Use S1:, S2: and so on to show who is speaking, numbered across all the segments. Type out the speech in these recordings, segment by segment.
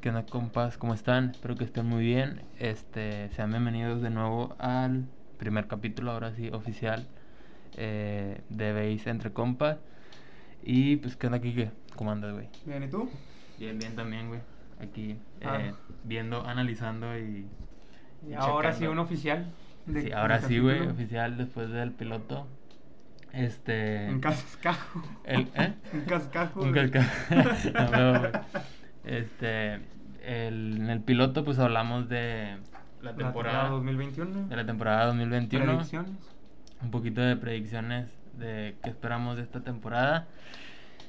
S1: ¿Qué onda, compas? ¿Cómo están? Espero que estén muy bien. Este, sean bienvenidos de nuevo al primer capítulo, ahora sí, oficial eh, de Base Entre Compas. Y pues, ¿qué onda, Kike? ¿Cómo andas, güey?
S2: Bien, ¿y tú?
S1: Bien, bien también, güey. Aquí
S2: Ah.
S1: eh, viendo, analizando y.
S2: Y ahora sí,
S1: checando.
S2: un oficial. de-
S1: Sí, ahora
S2: del
S1: sí, güey,
S2: capítulo.
S1: oficial después del piloto. Este.
S2: Un cascajo.
S1: El- ¿eh?
S2: Un cascajo.
S1: Un
S2: güey.
S1: cascajo. A huevo, güey. Este, el- en el piloto pues hablamos de la
S2: La
S1: temporada,
S2: 2021.
S1: de la temporada 2021,
S2: Predicciones.
S1: un poquito de predicciones de qué esperamos de esta temporada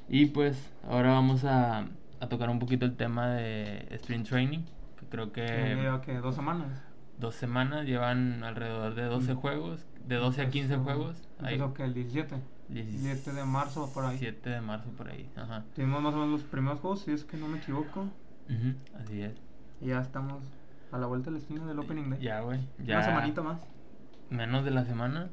S1: y pues ahora vamos a, a tocar un poquito el tema de sprint training, que creo
S2: Eh,
S1: que
S2: lleva, ¿qué? dos semanas.
S1: dos semanas llevan alrededor de 12
S2: Mm.
S1: juegos, de 12 a 15
S2: Empezó-
S1: juegos, ahí,
S2: Empezó que el 17. 17 de marzo, por ahí.
S1: 7 de marzo por ahí, ajá.
S2: Tuvimos más o menos los primeros juegos, si es que no me equivoco.
S1: Ujú, así es.
S2: Y ya estamos a la vuelta de la esquina del Opening Day.
S1: Ya, güey. Ya.
S2: Una semanita más.
S1: Menos de la semana.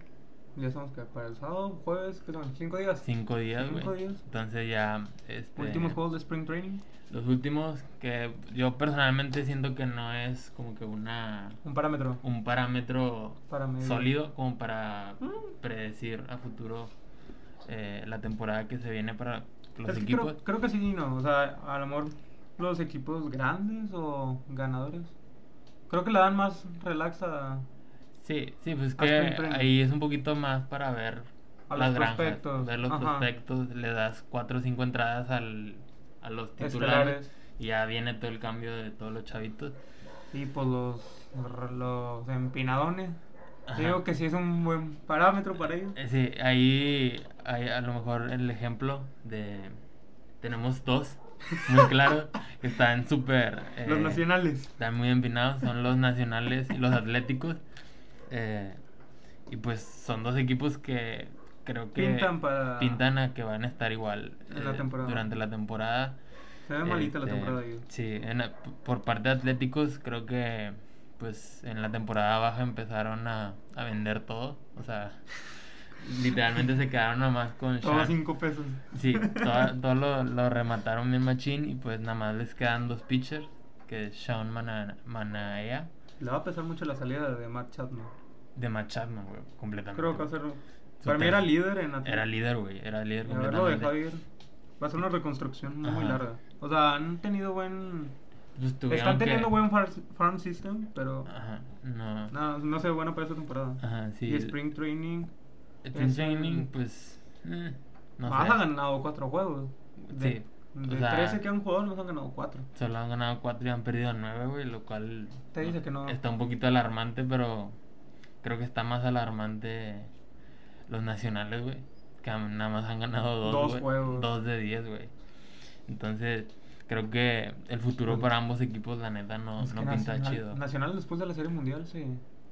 S2: Ya estamos que para el sábado, jueves, que son cinco días.
S1: Cinco días,
S2: Cinco
S1: güey.
S2: días.
S1: Entonces ya. Este,
S2: Últimos juegos de Spring Training.
S1: Los últimos que yo personalmente siento que no es como que una.
S2: Un parámetro.
S1: Un parámetro
S2: Para medir.
S1: sólido como para
S2: Mm.
S1: predecir a futuro eh, la temporada que se viene para los
S2: Es que creo-
S1: equipos.
S2: Creo, que sí, no. O sea, a lo mejor los equipos grandes o ganadores. Creo que la dan más relax a,
S1: Sí, sí, pues
S2: Hasta
S1: que
S2: el tren.
S1: ahí es un poquito más para ver
S2: a
S1: las
S2: los
S1: granjas,
S2: prospectos.
S1: ver los
S2: Ajá.
S1: prospectos, le das cuatro o cinco entradas al, a los titulares
S2: Estelares.
S1: y ya viene todo el cambio de todos los chavitos.
S2: Y pues los, los empinadones.
S1: Ajá.
S2: Digo que sí es un buen parámetro para ellos.
S1: Eh, Sí, ahí hay a lo mejor el ejemplo de... Tenemos dos, muy claro, que están súper... eh,
S2: los nacionales.
S1: Están muy empinados, son los nacionales y los atléticos. eh, y pues son dos equipos que creo que
S2: Pintan para-
S1: pintan a que van a estar igual eh,
S2: Ah. En la temporada.
S1: durante la temporada.
S2: Se ve malita la
S1: Este,
S2: temporada de ellos.
S1: Sí, en la- p- por parte de Atléticos creo que pues en la temporada baja empezaron a, a vender todo, o sea, literalmente se quedaron nomás con
S2: Todos
S1: Shan.
S2: cinco pesos.
S1: Sí, toda- todo lo, lo remataron bien machín y pues nada más les quedan dos pitchers, que es Sean Mana- Manaea
S2: Le va a pesar mucho la salida de Matt Chapman.
S1: de Matt Chapman, güey, completamente.
S2: Creo que va a
S1: güey.
S2: ser.
S1: Su
S2: Para mí
S1: ter-
S2: era líder en Atlético.
S1: Era líder, güey, era líder
S2: Y haberlo
S1: completamente.
S2: dejado ir. Va a ser una reconstrucción muy
S1: Ajá.
S2: larga. O sea, han tenido buen.
S1: Pues tuvieron
S2: Están
S1: que-
S2: teniendo buen far- farm system, pero.
S1: Ajá, no.
S2: No, no se ve bueno para esta temporada.
S1: Ajá, sí.
S2: Y Spring Training.
S1: El Prince
S2: Es un-
S1: Training, pues. eh, no
S2: más
S1: sé.
S2: han ganado cuatro juegos. De,
S1: Sí,
S2: de
S1: o sea-
S2: 13 que han jugado, nos han ganado cuatro.
S1: Solo han ganado 4 y han perdido 9, güey, lo cual.
S2: Te dice que no-
S1: Está un poquito alarmante, pero. Creo que está más alarmante los nacionales, güey. Que han- nada más han ganado 2.
S2: Dos juegos.
S1: 2 de 10, güey. Entonces, creo que el futuro para ambos equipos, la neta, no,
S2: Es
S1: no
S2: Pues, que
S1: pinta
S2: Nacional-
S1: chido.
S2: Nacional después de la Serie Mundial, sí.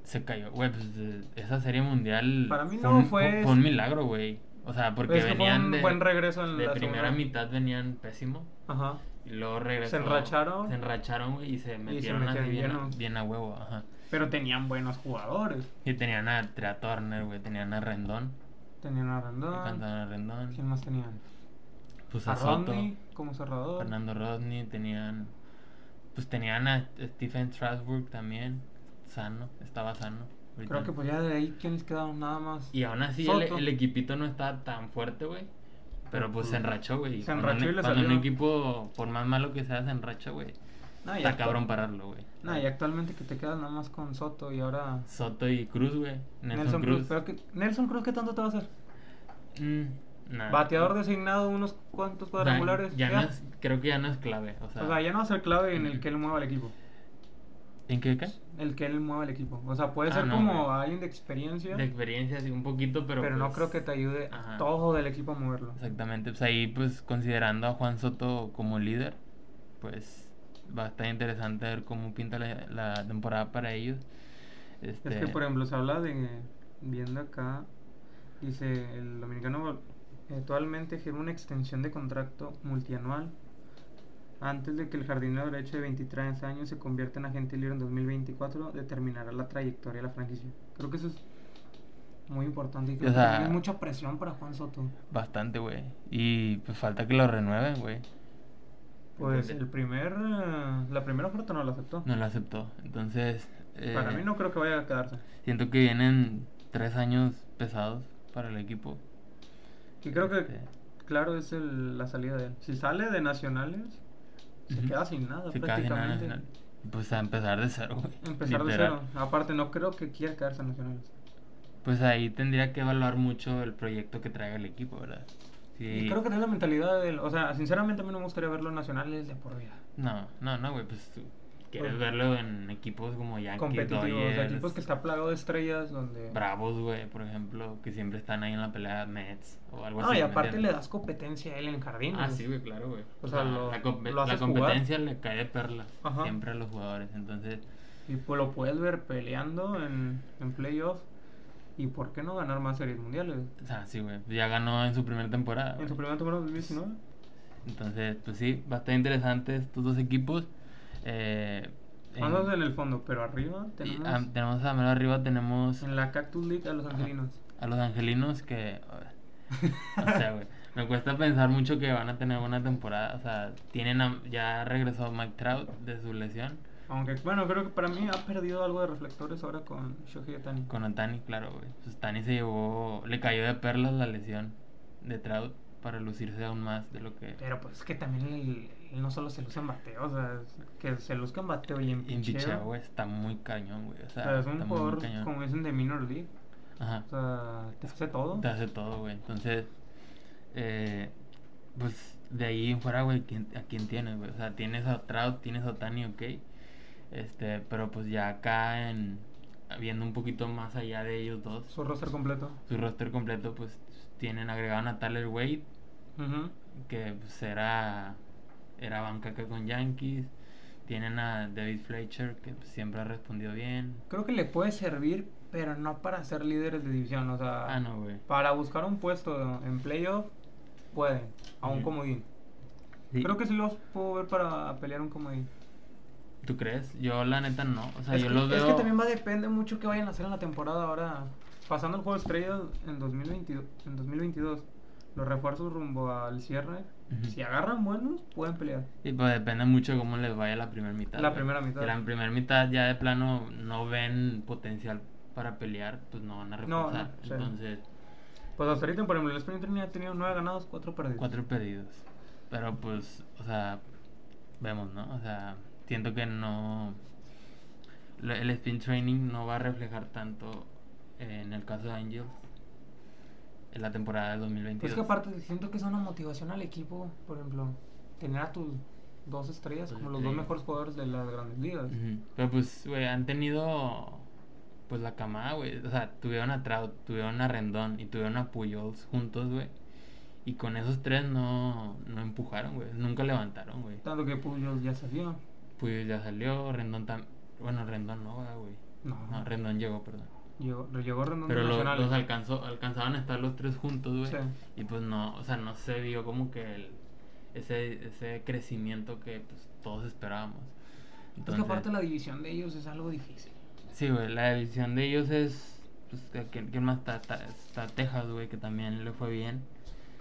S1: Se cayó, güey, pues eh, esa serie mundial.
S2: Para mí
S1: fue
S2: no
S1: un,
S2: fue-
S1: fue un milagro, güey. O sea, porque
S2: Es que fue
S1: venían
S2: un
S1: de.
S2: buen regreso en
S1: de
S2: la
S1: primera
S2: segunda.
S1: mitad venían pésimo.
S2: Ajá.
S1: Y luego regresó.
S2: Se enracharon.
S1: Se enracharon, güey, y se metieron,
S2: metieron
S1: así bien, a-
S2: lleno.
S1: bien a huevo, ajá.
S2: Pero tenían buenos jugadores.
S1: Y tenían a Trea Turner, güey, tenían a Rendón.
S2: Tenían a
S1: Cantaban
S2: Rendón.
S1: a Rendón.
S2: Ah. ¿Quién más tenían?
S1: Pues a,
S2: A
S1: Soto.
S2: Rodney como cerrador.
S1: Fernando Rodney, tenían. Pues tenían a Stephen Strasburg también. Sano, estaba sano. ahorita
S2: Creo
S1: no.
S2: que pues ya de ahí, ¿quién les quedaron nada más?
S1: Y aún así el,
S2: Soto.
S1: el equipito no estaba tan fuerte, güey. Pero pues se enrachó, güey.
S2: Se
S1: Cuando un-
S2: enrachó y le
S1: cuando un
S2: salió.
S1: equipo, por más malo que sea, se enracha, güey.
S2: No, y
S1: Está
S2: actu-
S1: cabrón pararlo, güey.
S2: No, y actualmente que te quedas nada más con Soto y ahora
S1: Soto y Cruz, güey. Nelson,
S2: Nelson Cruz.
S1: Cruz.
S2: Pero que, Nelson Cruz, ¿qué tanto te va a hacer?
S1: Mm, nah.
S2: Bateador designado unos cuantos
S1: O sea,
S2: cuadrangulares.
S1: ya no es- creo que ya no es clave. O sea,
S2: O sea, ya no va a ser clave en el que él mueva el equipo.
S1: ¿en qué qué?
S2: El que él mueva el equipo. O sea, puede
S1: Ah,
S2: ser
S1: no,
S2: como
S1: güey.
S2: alguien de experiencia,
S1: De experiencia, sí, un poquito, pero.
S2: pero, no
S1: pues,
S2: creo que te ayude
S1: Ajá.
S2: a todo el equipo a moverlo.
S1: Exactamente. Pues ahí, pues considerando a Juan Soto como líder, pues va a estar interesante ver cómo pinta la, la temporada para ellos. Este,
S2: Es que, por em- ejemplo, se habla de. Viendo acá, dice el dominicano actualmente firma una extensión de contrato multianual antes de que el jardinero derecho de 23 años se convierta en agente libre en 2024, determinará la trayectoria de la franquicia. Creo que eso es muy importante y creo
S1: O
S2: que
S1: sea-
S2: también es mucha presión para Juan Soto.
S1: Bastante, güey. Y pues falta que lo renueven, güey.
S2: Pues el primer, eh, la primera oferta no la aceptó.
S1: No la aceptó. Entonces. eh,
S2: Para mí no creo que vaya a quedarse.
S1: Siento que vienen tres años pesados para el equipo.
S2: Y creo que,
S1: Este.
S2: claro, es el- la salida de él. Si sale de Nacionales, se
S1: Ujú.
S2: queda sin nada
S1: Se queda sin nada
S2: Ah, prácticamente.
S1: nacional. Pues a empezar de cero, güey.
S2: Empezar de
S1: literal.
S2: cero. Aparte, no creo que quiera quedarse en Nacionales.
S1: Pues ahí tendría que evaluar mucho el proyecto que traiga el equipo, ¿verdad? Sí.
S2: Y creo que no es la mentalidad del. O sea, sinceramente a mí no me gustaría verlo en Nacionales de por vida.
S1: No, no, no, güey, pues tú quieres
S2: Pues-
S1: verlo en equipos como Yankees,
S2: Competitivos, o sea,
S1: Dodgers,
S2: equipos que está plagado de estrellas donde.
S1: Bravos, güey, por ejemplo, que siempre están ahí en la pelea Mets o algo
S2: No,
S1: así.
S2: y
S1: ¿me
S2: aparte le
S1: entiendes?
S2: das competencia a él en el jardín.
S1: Ah,
S2: güey.
S1: sí, güey, claro, güey.
S2: O sea, lo-
S1: la, compe-
S2: lo
S1: la
S2: haces jugar.
S1: competencia le cae de perlas
S2: Ajá.
S1: siempre a los jugadores. Entonces,
S2: Y pues lo puedes ver peleando en, en playoff. ¿Y por qué no ganar más series mundiales?
S1: o sea, sí, güey, ya ganó en su primera temporada.
S2: En
S1: güey.
S2: su primer temporada 2019.
S1: Entonces, pues sí, bastante interesantes estos dos equipos. Eh, en-
S2: Vamos en el fondo, pero arriba
S1: y,
S2: tenemos.
S1: ah, tenemos a mero arriba, tenemos
S2: Pues, En la Cactus League a los
S1: Ajá.
S2: angelinos.
S1: a los angelinos que... O sea, güey, me cuesta pensar mucho que van a tener buena temporada. O sea, tienen a- ya regresó Mike Trout de su lesión
S2: Aunque, bueno, creo que para mí ha perdido algo de reflectores ahora con Shohei Ohtani.
S1: con Otani, claro, güey. Pues Otani se llevó, le cayó de perlas la lesión de Trout para lucirse aún más de lo que...
S2: Pero pues es que también él, él no solo se luce en bateo, o sea, es que se luzca en bateo y en
S1: Y en
S2: picheo.
S1: picheo, güey, está muy cañón, güey. O
S2: o
S1: sea,
S2: sea, es
S1: está
S2: un
S1: muy, muy
S2: jugador,
S1: cañón.
S2: como dicen, de Minor League.
S1: Ajá.
S2: O sea, te hace todo.
S1: Te hace todo, güey. Entonces, eh, pues de ahí en fuera, güey, ¿quién- ¿a quién tienes, güey? O sea, tienes a Trout, tienes a Tani, ok. Este, pero pues ya acá en, viendo un poquito más allá de ellos dos,
S2: Su roster completo.
S1: su roster completo, pues tienen agregado a Tyler Wade,
S2: Ujú.
S1: que pues era, era banca acá con Yankees. Tienen a David Fletcher, que pues, siempre ha respondido bien.
S2: Creo que le puede servir, pero no para ser líderes de división. O sea,
S1: Ah, no, güey.
S2: para buscar un puesto en playoff, pueden, a un
S1: Ujú.
S2: comodín.
S1: Sí.
S2: Creo que sí los puedo ver para pelear un comodín.
S1: ¿Tú crees? Yo la neta no. O sea,
S2: es,
S1: yo
S2: que,
S1: los
S2: es
S1: veo...
S2: que también va a depender mucho que vayan a hacer en la temporada ahora. Pasando el juego de estrellas en 2022, en 2022 los refuerzos rumbo al cierre,
S1: Ujú.
S2: si agarran buenos, pueden pelear.
S1: Sí, pues depende mucho de cómo les vaya la primera mitad.
S2: La
S1: güey.
S2: primera mitad.
S1: Si la primera mitad ya de plano no ven potencial para pelear, pues no van a
S2: No,
S1: reforzar.
S2: no, sí.
S1: Entonces,
S2: Pues hasta ahorita, por ejemplo, el Spring Training ha tenido 9 ganados, 4 perdidos.
S1: cuatro pedidos. Pero pues, o sea, vemos, ¿no? O sea, siento que no. lo- El spin training no va a reflejar tanto eh, en el caso de Angels en la temporada del 2022.
S2: Pues es que aparte siento que es una motivación al equipo, por ejemplo, tener a tus dos estrellas
S1: Pues
S2: como
S1: sí.
S2: los dos mejores jugadores de las grandes ligas.
S1: Ujú. Pero pues, güey, han tenido pues la camada, güey. O sea, tuvieron a Trout, tuvieron a Rendón y tuvieron a Pujols juntos, güey. Y con esos tres no, no empujaron, güey. Nunca levantaron, güey.
S2: Tanto que Pujols ya salió.
S1: Pujols Pues ya salió, Rendón también... Bueno, Rendón no, ¿verdad, güey.
S2: No,
S1: No, Rendón llegó, perdón.
S2: llegó, llegó Rendón de
S1: Pero lo-
S2: Nacionales.
S1: los alcanzó, alcanzaban a estar los tres juntos, güey.
S2: Sí.
S1: Y pues no, o sea, no se vio como que el, ese, ese crecimiento que pues todos esperábamos.
S2: Es que
S1: Entonces-
S2: aparte la división de ellos es algo difícil.
S1: Sí, güey, la división de ellos es. Pues, ¿a ¿quién, quién más está? Está, está Texas, güey, que también le fue bien.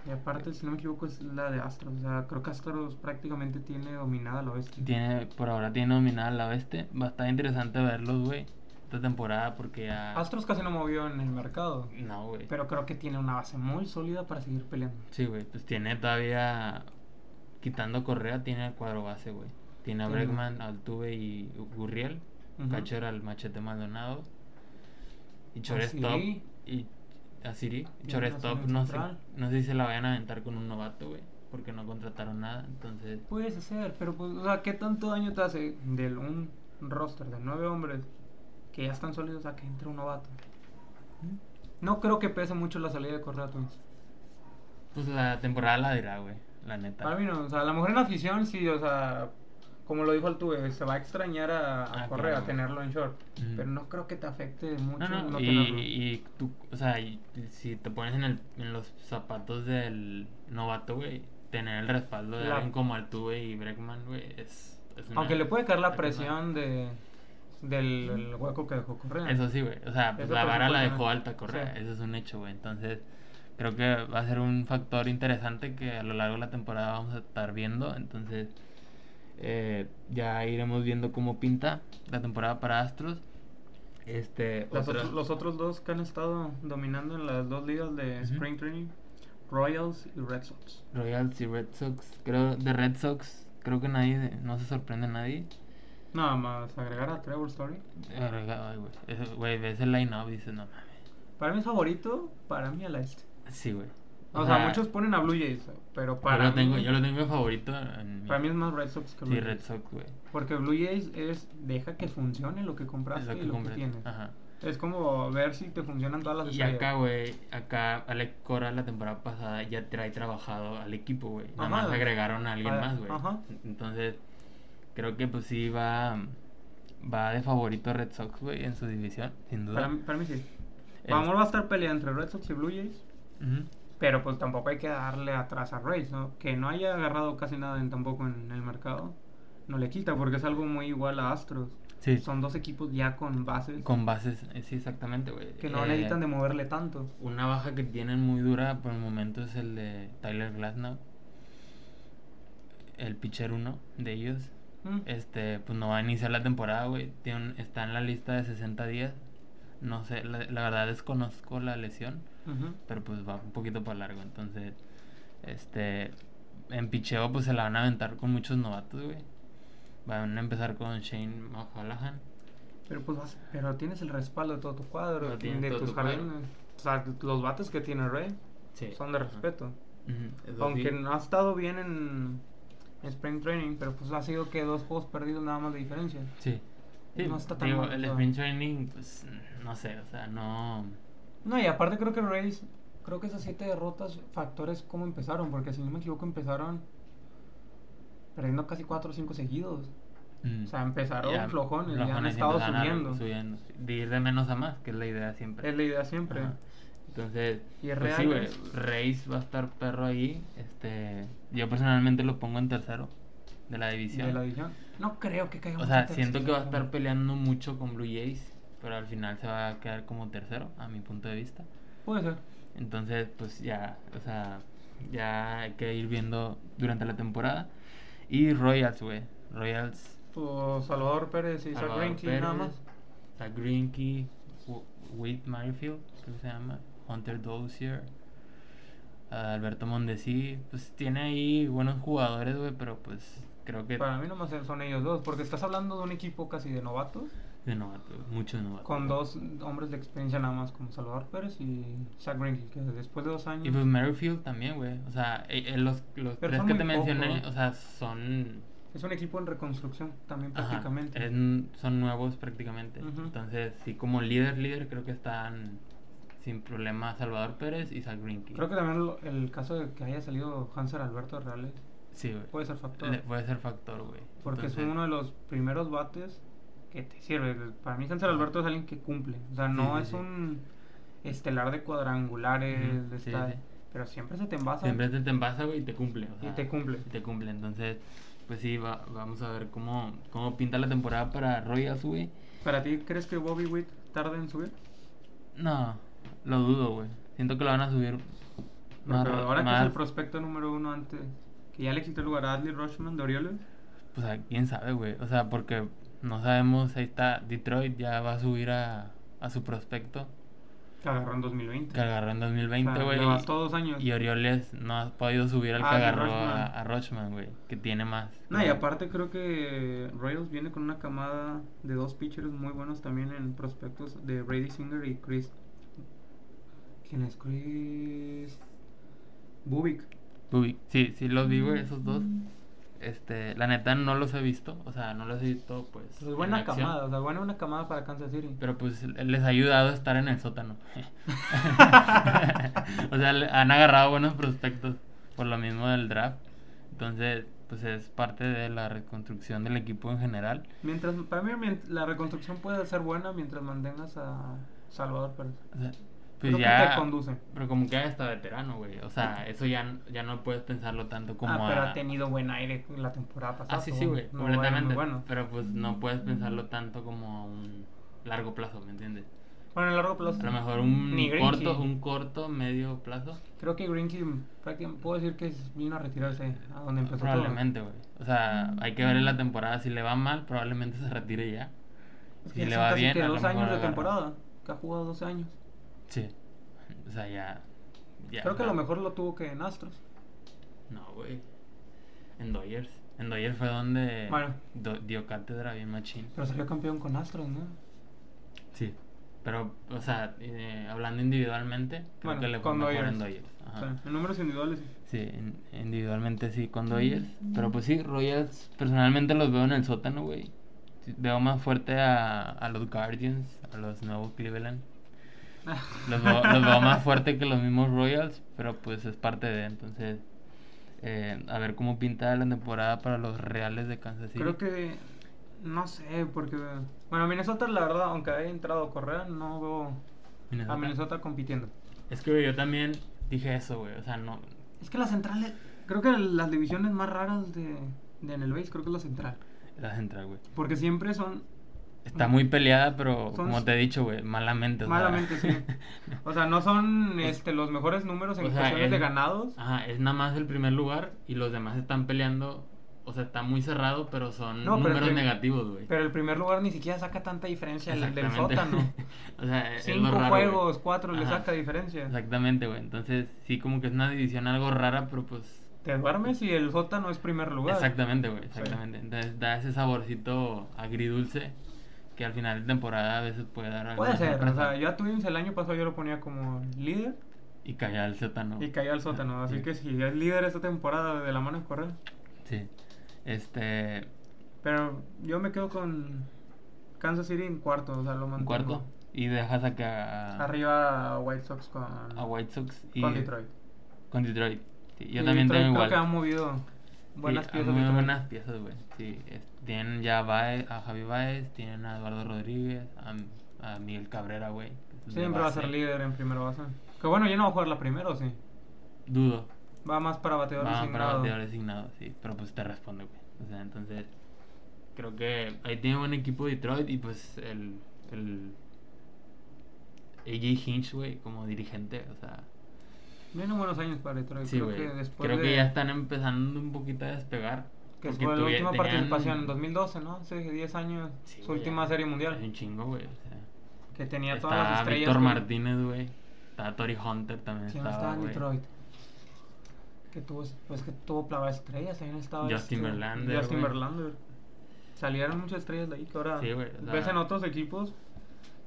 S2: Y aparte, si no me equivoco, es la de Astros. O sea, creo que Astros prácticamente tiene dominada la oeste.
S1: Tiene, por ahora tiene dominada la oeste. Va a estar interesante verlos, güey, esta temporada porque ya.
S2: Astros casi no movió en el mercado.
S1: No, güey.
S2: Pero creo que tiene una base muy sólida para seguir peleando.
S1: Sí, güey, pues tiene todavía. Quitando Correa, tiene el cuadro base, güey. Tiene a
S2: Tiene-
S1: Bregman, Altuve y Gurriel.
S2: Ujú.
S1: Catcher al Machete Maldonado. Y
S2: A
S1: Chorestop.
S2: Siri.
S1: Y a Siri.
S2: Y a
S1: Chorestop,
S2: Nacional
S1: no sé,
S2: Central.
S1: no sé si se la vayan a aventar con un novato, güey. Porque no contrataron nada. Entonces,
S2: Puedes hacer, pero pues, o sea, ¿qué tanto daño te hace de un roster de nueve hombres que ya están sólidos a que entre un novato? No creo que pese mucho la salida de Correa Twins.
S1: pues la temporada la dirá, güey. La neta.
S2: Para mí no, o sea, a lo mejor en afición sí, o sea, como lo dijo Altuve, se va a extrañar a, a
S1: Ah,
S2: Correa
S1: claro.
S2: tenerlo en short,
S1: Ujú.
S2: pero no creo que te afecte mucho
S1: No, no, y,
S2: tenerlo.
S1: y tú, o sea, y- y si te pones en, el, en los zapatos del novato, güey, tener el respaldo de
S2: La-
S1: alguien como Altuve y Bregman, güey, es, es una-
S2: Aunque le puede caer la
S1: es una-
S2: presión de, del el hueco que dejó Correa.
S1: Eso sí, güey. O sea, pues,
S2: Eso
S1: la
S2: por
S1: vara la
S2: supuesto,
S1: dejó
S2: ¿no?
S1: alta Correa.
S2: Sí.
S1: Eso es un hecho, güey. Entonces, creo que va a ser un factor interesante que a lo largo de la temporada vamos a estar viendo. Entonces, Eh, ya iremos viendo cómo pinta la temporada para Astros. Este,
S2: Las
S1: otra-
S2: otro- los otros dos que han estado dominando en las dos ligas de
S1: Ujú.
S2: Spring Training, Royals y Red Sox.
S1: Royals y Red Sox. Creo de Red Sox, creo que nadie, no se sorprende a nadie.
S2: Nada más agregar a Trevor Story.
S1: Verga, ay, güey. Ese- Güey, ves el line-up y dices, no mames.
S2: Para mí favorito, para mí a la este.
S1: Sí, güey.
S2: O sea, muchos ponen a Blue Jays, pero para
S1: yo, lo tengo,
S2: mí,
S1: yo lo tengo de favorito. En mi-
S2: para mí es más Red Sox que Blue
S1: Sí,
S2: Jays.
S1: Red Sox, güey.
S2: Porque Blue Jays es deja que funcione lo que compraste
S1: Es lo que
S2: y lo
S1: compré.
S2: que tienes.
S1: Ajá.
S2: Es como ver si te funcionan todas las
S1: Y
S2: estrellas.
S1: acá, güey, acá Alex Cora la temporada pasada ya trae trabajado al equipo, güey. Nada
S2: Ajá.
S1: más agregaron a alguien
S2: Ah,
S1: más, güey.
S2: ajá.
S1: Entonces, creo que pues sí va, va de favorito Red Sox, güey, en su división, sin duda.
S2: Para, mí- para mí sí.
S1: El-
S2: Vamos va a estar pelea entre Red Sox y Blue Jays.
S1: Ujú.
S2: Pero pues tampoco hay que darle atrás a Rays, ¿no? Que no haya agarrado casi nada en, tampoco en el mercado. No le quita porque es algo muy igual a Astros.
S1: Sí,
S2: Son dos equipos ya con bases
S1: con bases, eh, sí, exactamente, güey.
S2: que no
S1: Eh,
S2: necesitan de moverle tanto.
S1: Una baja que tienen muy dura por el momento es el de Tyler Glasnow, el pitcher uno de ellos.
S2: Mm.
S1: Este, pues no va a iniciar la temporada, güey. Tiene un- está en la lista de 60 días. No sé, la, la verdad desconozco la lesión,
S2: Ujú.
S1: pero pues va un poquito para largo. Entonces, este, en picheo pues se la van a aventar con muchos novatos, güey. Van a empezar con Shane McCallahan.
S2: Pero pues vas- pero tienes el respaldo de todo tu cuadro,
S1: No tiene
S2: de
S1: todo
S2: tus
S1: tu cuadro.
S2: jardines. O sea, los bates que tiene Ray son de respeto. Aunque no ha estado bien en en Spring Training, pero pues ha sido que dos juegos perdidos nada más de diferencia.
S1: Sí. Sí,
S2: No está tan
S1: digo,
S2: mal,
S1: el
S2: o sea.
S1: sprint training, pues no sé, o sea, no.
S2: No, y aparte creo que Rays, creo que esas siete derrotas, factores cómo empezaron, porque si no me equivoco empezaron perdiendo casi cuatro o cinco seguidos.
S1: mm,
S2: O sea, empezaron
S1: ya,
S2: flojones, ya han
S1: flojones,
S2: estado
S1: empezaron a-
S2: subiendo.
S1: subiendo. De ir de menos a más, que es la idea siempre.
S2: Es la idea siempre.
S1: Ajá. Entonces,
S2: Y
S1: pues
S2: real
S1: sí, güey,
S2: es-
S1: Reis va a estar perro ahí. Este, yo personalmente lo pongo en tercero de la división.
S2: De la división. No creo que caiga
S1: o
S2: mucho
S1: sea,
S2: tercero.
S1: siento que va a estar peleando mucho con Blue Jays, pero al final se va a quedar como tercero, a mi punto de vista.
S2: Puede ser.
S1: Entonces, pues ya, o sea, ya hay que ir viendo durante la temporada. Y Royals, güey. Royals.
S2: Pues Salvador Pérez y Zach
S1: Salvador
S2: Greinke nada
S1: Pérez,
S2: más.
S1: Zach Greinke, Wu- Whit Merrifield, creo que se llama, Hunter Dozier, ah, Alberto Mondesi, pues tiene ahí buenos jugadores, güey, pero pues creo que
S2: Para mí nomás son ellos dos, porque estás hablando de un equipo casi de novatos,
S1: de novato, mucho de novato.
S2: con dos hombres de experiencia nada más, como Salvador Pérez y Zach Greinke, que después de dos años...
S1: Y pues Merrifield también, güey. O sea, eh, eh, los, los
S2: Pero
S1: tres
S2: son
S1: que
S2: muy
S1: te mencioné,
S2: pocos.
S1: o sea, son
S2: Es un equipo en reconstrucción también
S1: Ajá,
S2: prácticamente.
S1: en- son nuevos prácticamente.
S2: Ujú.
S1: Entonces, sí, como líder, líder, creo que están sin problema Salvador Pérez y Zach Greinke.
S2: Creo que también lo- el caso de que haya salido Hanser Alberto Reales
S1: sí, güey.
S2: puede ser factor.
S1: Le- puede ser factor, güey.
S2: porque es
S1: Entonces,
S2: uno de los primeros bates que te sirve. Para mí Hanser Alberto es alguien que cumple. O sea,
S1: Sí,
S2: no
S1: sí,
S2: es
S1: sí.
S2: un estelar de cuadrangulares,
S1: Ujú,
S2: de
S1: sí,
S2: esta-
S1: sí.
S2: pero siempre se te envasa
S1: Siempre te, te envasa, güey, y te cumple. o
S2: y
S1: sea,
S2: te cumple.
S1: y te cumple. Entonces, pues sí, va- vamos a ver cómo, cómo pinta la temporada para Royals, güey.
S2: ¿Para ti crees que Bobby Witt tarda en subir?
S1: No, lo dudo, güey. Siento que lo van a subir. más
S2: Porque
S1: ra-
S2: ahora que es
S1: más-
S2: el prospecto número uno antes, que ya le quitó el lugar a Adley Rushman de Orioles.
S1: Pues a- quién sabe, güey. O sea, porque no sabemos, ahí está Detroit, ya va a subir a, a su prospecto
S2: Que agarró en 2020.
S1: que agarró en
S2: O
S1: 2020,
S2: sea,
S1: güey.
S2: le bastó dos años.
S1: y Orioles no ha podido subir al
S2: Ah,
S1: que
S2: de
S1: agarró a,
S2: Rochman.
S1: a Rochman, güey, que tiene más.
S2: No, y aparte creo que Royals viene con una camada de dos pitchers muy buenos también en prospectos de Brady Singer y Chris. ¿Quién es Chris? Bubik.
S1: Uy, sí, sí los vi, güey,
S2: Mm.
S1: esos dos. Este, la neta no los he visto, o sea, no los he visto, pues.
S2: Es
S1: en
S2: buena
S1: acción.
S2: camada, o sea, buena una camada para Kansas City.
S1: Pero pues les ha ayudado a estar en el sótano. o sea, le- han agarrado buenos prospectos por lo mismo del draft. Entonces, pues es parte de la reconstrucción del equipo en general.
S2: Mientras, para mí mien- la reconstrucción puede ser buena mientras mantengas a Salvador Pérez.
S1: O sea, pues
S2: Creo que
S1: ya.
S2: te conduce.
S1: Pero como que hasta veterano, güey. O sea, eso ya, ya no puedes pensarlo tanto como
S2: ah, pero
S1: a-
S2: ha tenido buen aire la temporada pasada.
S1: Ah, sí,
S2: tuvo
S1: sí, güey,
S2: pues, un- un aire muy
S1: completamente.
S2: bueno.
S1: Pero pues no puedes pensarlo tanto como a un largo plazo, ¿me entiendes?
S2: Bueno, a largo plazo.
S1: A lo mejor un
S2: Ni Greenkey.
S1: corto, un corto, medio plazo.
S2: Creo que Greenkey, prácticamente, puedo decir que es- vino a retirarse a donde empezó todo.
S1: Probablemente, güey. O sea, hay que ver en la temporada. Si le va mal, probablemente se retire ya.
S2: Es
S1: Si
S2: que
S1: le
S2: son
S1: va
S2: casi
S1: bien,
S2: que
S1: a lo
S2: dos
S1: mejor
S2: años de
S1: agarra.
S2: temporada. Que ha jugado dos años.
S1: Sí. O sea, ya. ya,
S2: Creo
S1: o
S2: que
S1: sea,
S2: lo mejor lo tuvo que en Astros.
S1: No, güey. En Doyers. En Doyers fue donde
S2: Bueno.
S1: do- dio cátedra bien machín.
S2: Pero salió campeón con Astros, ¿no?
S1: Sí. Pero, o sea, eh, hablando individualmente, creo
S2: Bueno,
S1: que le fue
S2: con
S1: mejor
S2: Dodgers.
S1: en Doyers. Ajá.
S2: O sea, en números individuales.
S1: Sí, in- individualmente sí con Dodgers. Pero pues sí, Royals, personalmente los veo en el sótano, güey. Sí, Veo más fuerte a, a los Guardians, a los nuevos Cleveland. Los veo, los veo más fuerte que los mismos Royals, pero pues es parte de. Entonces, eh, a ver cómo pinta la temporada para los Reales de Kansas City.
S2: Creo que. No sé, porque. Bueno, Minnesota, la verdad, aunque haya entrado a correr, no veo a Minnesota compitiendo.
S1: Es que güey, yo también dije eso, güey. O sea, no.
S2: Es que las centrales. Creo que las divisiones más raras de, de en el base, creo que es la central.
S1: La central, güey.
S2: Porque siempre son.
S1: Está muy peleada, pero
S2: Son-
S1: como te he dicho, güey, malamente. o sea.
S2: Malamente, sí. O sea, no son este, los mejores números en
S1: O sea, el-
S2: cuestiones
S1: Ah,
S2: de ganados.
S1: Ajá, es nada más el primer lugar y los demás están peleando. O sea, está muy cerrado, pero son
S2: No, pero el
S1: números
S2: prim-
S1: negativos, güey.
S2: Pero el primer lugar ni siquiera saca tanta diferencia del, del
S1: Exactamente.
S2: sótano.
S1: o sea, es
S2: Cinco
S1: lo raro, güey.
S2: juegos, cuatro le
S1: Ajá.
S2: saca diferencia.
S1: Exactamente, güey. Entonces, sí, como que es una división algo rara, pero pues.
S2: Te duermes y el sótano es primer lugar.
S1: Exactamente, güey.
S2: Sí.
S1: Exactamente. Entonces, da ese saborcito agridulce que al final de temporada a veces puede dar.
S2: Puede
S1: alguna
S2: ser, o
S1: sorpresa.
S2: sea, yo a Twins el año pasado yo lo ponía como líder
S1: Y caía al sótano.
S2: y cayó al sótano.
S1: Ah,
S2: Así
S1: sí.
S2: que si es líder esta temporada de la mano es correr.
S1: Sí. Este.
S2: Pero yo me quedo con Kansas City en cuarto, o sea, lo
S1: Un
S2: mantengo.
S1: cuarto. Y dejas acá.
S2: Arriba a White Sox con,
S1: A Ah, White Sox y.
S2: con Detroit.
S1: Con Detroit. Sí, yo
S2: Y
S1: también
S2: Detroit
S1: tengo
S2: creo
S1: igual.
S2: que han movido
S1: Sí,
S2: buenas
S1: han
S2: piezas.
S1: movido
S2: Detroit.
S1: buenas piezas, güey. Sí, es- tienen ya a Baez- a Javi Baez, tienen a Eduardo Rodríguez, a, a Miguel Cabrera, güey. que es de
S2: Siempre va a
S1: base.
S2: ser líder en primera base. Que bueno, ya no va a jugar la primera, ¿o sí?
S1: Dudo.
S2: Va más para bateador
S1: Van para
S2: designado.
S1: bateador designado, sí. Pero pues te responde, güey. O sea, entonces. Creo que ahí tiene buen equipo Detroit y pues el. el AJ Hinch, güey, como dirigente, o sea.
S2: Vienen buenos años para Detroit.
S1: Sí,
S2: Pues
S1: güey.
S2: creo que
S1: Creo,
S2: después
S1: que
S2: de-
S1: ya están empezando un poquito a despegar.
S2: Que
S1: porque
S2: fue la
S1: tuvi-
S2: última
S1: tenían-
S2: participación en 2012, ¿no? Hace 10 años,
S1: Sí,
S2: su
S1: güey,
S2: última
S1: ya.
S2: serie
S1: Es un
S2: mundial.
S1: chingo, güey. o sea.
S2: Que tenía todas las
S1: Está
S2: estrellas.
S1: Víctor
S2: güey.
S1: Martínez, güey. Está Tori Hunter también.
S2: ¿Quién
S1: estaba,
S2: estaba en
S1: güey.
S2: Detroit? Que tuvo, pues que tuvo plava de estrellas, también estaba este,
S1: Justin Verlander,
S2: Justin
S1: güey.
S2: Verlander. Salieron muchas estrellas de ahí que ahora
S1: Sí, güey, o
S2: ves
S1: sea-
S2: en otros equipos.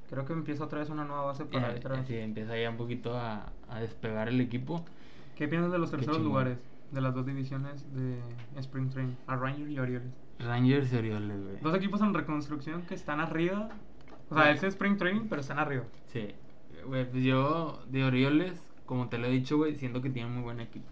S2: Creo que empieza otra vez una nueva base
S1: Y
S2: para
S1: ahí-
S2: Detroit.
S1: Eh, sí, empieza ya un poquito a, a despegar el equipo.
S2: ¿Qué piensas de los
S1: Qué
S2: terceros
S1: chingón.
S2: lugares de las dos divisiones de Spring Train? A Rangers y Orioles.
S1: Rangers y Orioles, güey.
S2: Dos equipos en reconstrucción que están arriba. O sea,
S1: Güey.
S2: es Spring Training, pero están arriba.
S1: Sí. Güey, pues yo de Orioles, como te lo he dicho, güey, siento que tienen muy buen equipo.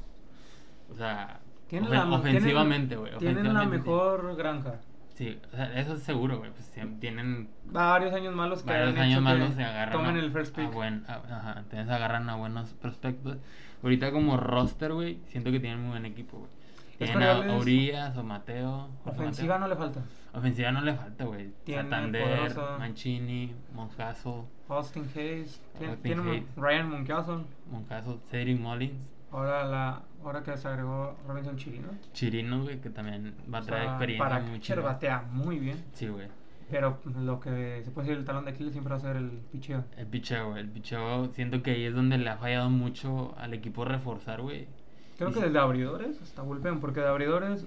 S1: O sea,
S2: Tienen
S1: ofen-
S2: la, tienen-
S1: ofensivamente, güey.
S2: Tienen la
S1: ofensivamente, sí.
S2: mejor granja.
S1: Sí, o sea, eso es seguro, güey. Pues tien- tienen
S2: Varios años malos que
S1: varios
S2: han
S1: años
S2: hecho
S1: más
S2: que
S1: los se agarran
S2: tomen
S1: a,
S2: el first
S1: a
S2: pick.
S1: buen- a- ajá, entonces agarran a buenos prospectos. Ahorita como roster, güey, siento que tienen muy buen equipo, güey.
S2: Es
S1: Tienen a
S2: Orioles.
S1: Urias o Mateo. Jorge
S2: Ofensiva
S1: Mateo.
S2: no le falta.
S1: Ofensiva no le falta, güey.
S2: Tiene
S1: Santander,
S2: Poderoso.
S1: Mancini, Moncaso,
S2: Austin Hayes. Tien-
S1: Austin
S2: tiene un-
S1: Hayes.
S2: Ryan Muncaso.
S1: Moncaso, Cedric Mullins,
S2: Ahora, la, ahora que se agregó Robinson Chilino.
S1: Chirino, güey, que también va a
S2: O
S1: traer
S2: sea,
S1: experiencia
S2: para
S1: muy
S2: pitcher
S1: chida.
S2: batea muy bien.
S1: Sí, güey.
S2: Pero lo que se puede decir el talón de Aquiles siempre va a ser el picheo.
S1: El picheo, güey. El picheo, siento que ahí es donde le ha fallado mucho al equipo reforzar, güey.
S2: Creo
S1: Y
S2: que
S1: si-
S2: desde abridores hasta bullpen, porque de abridores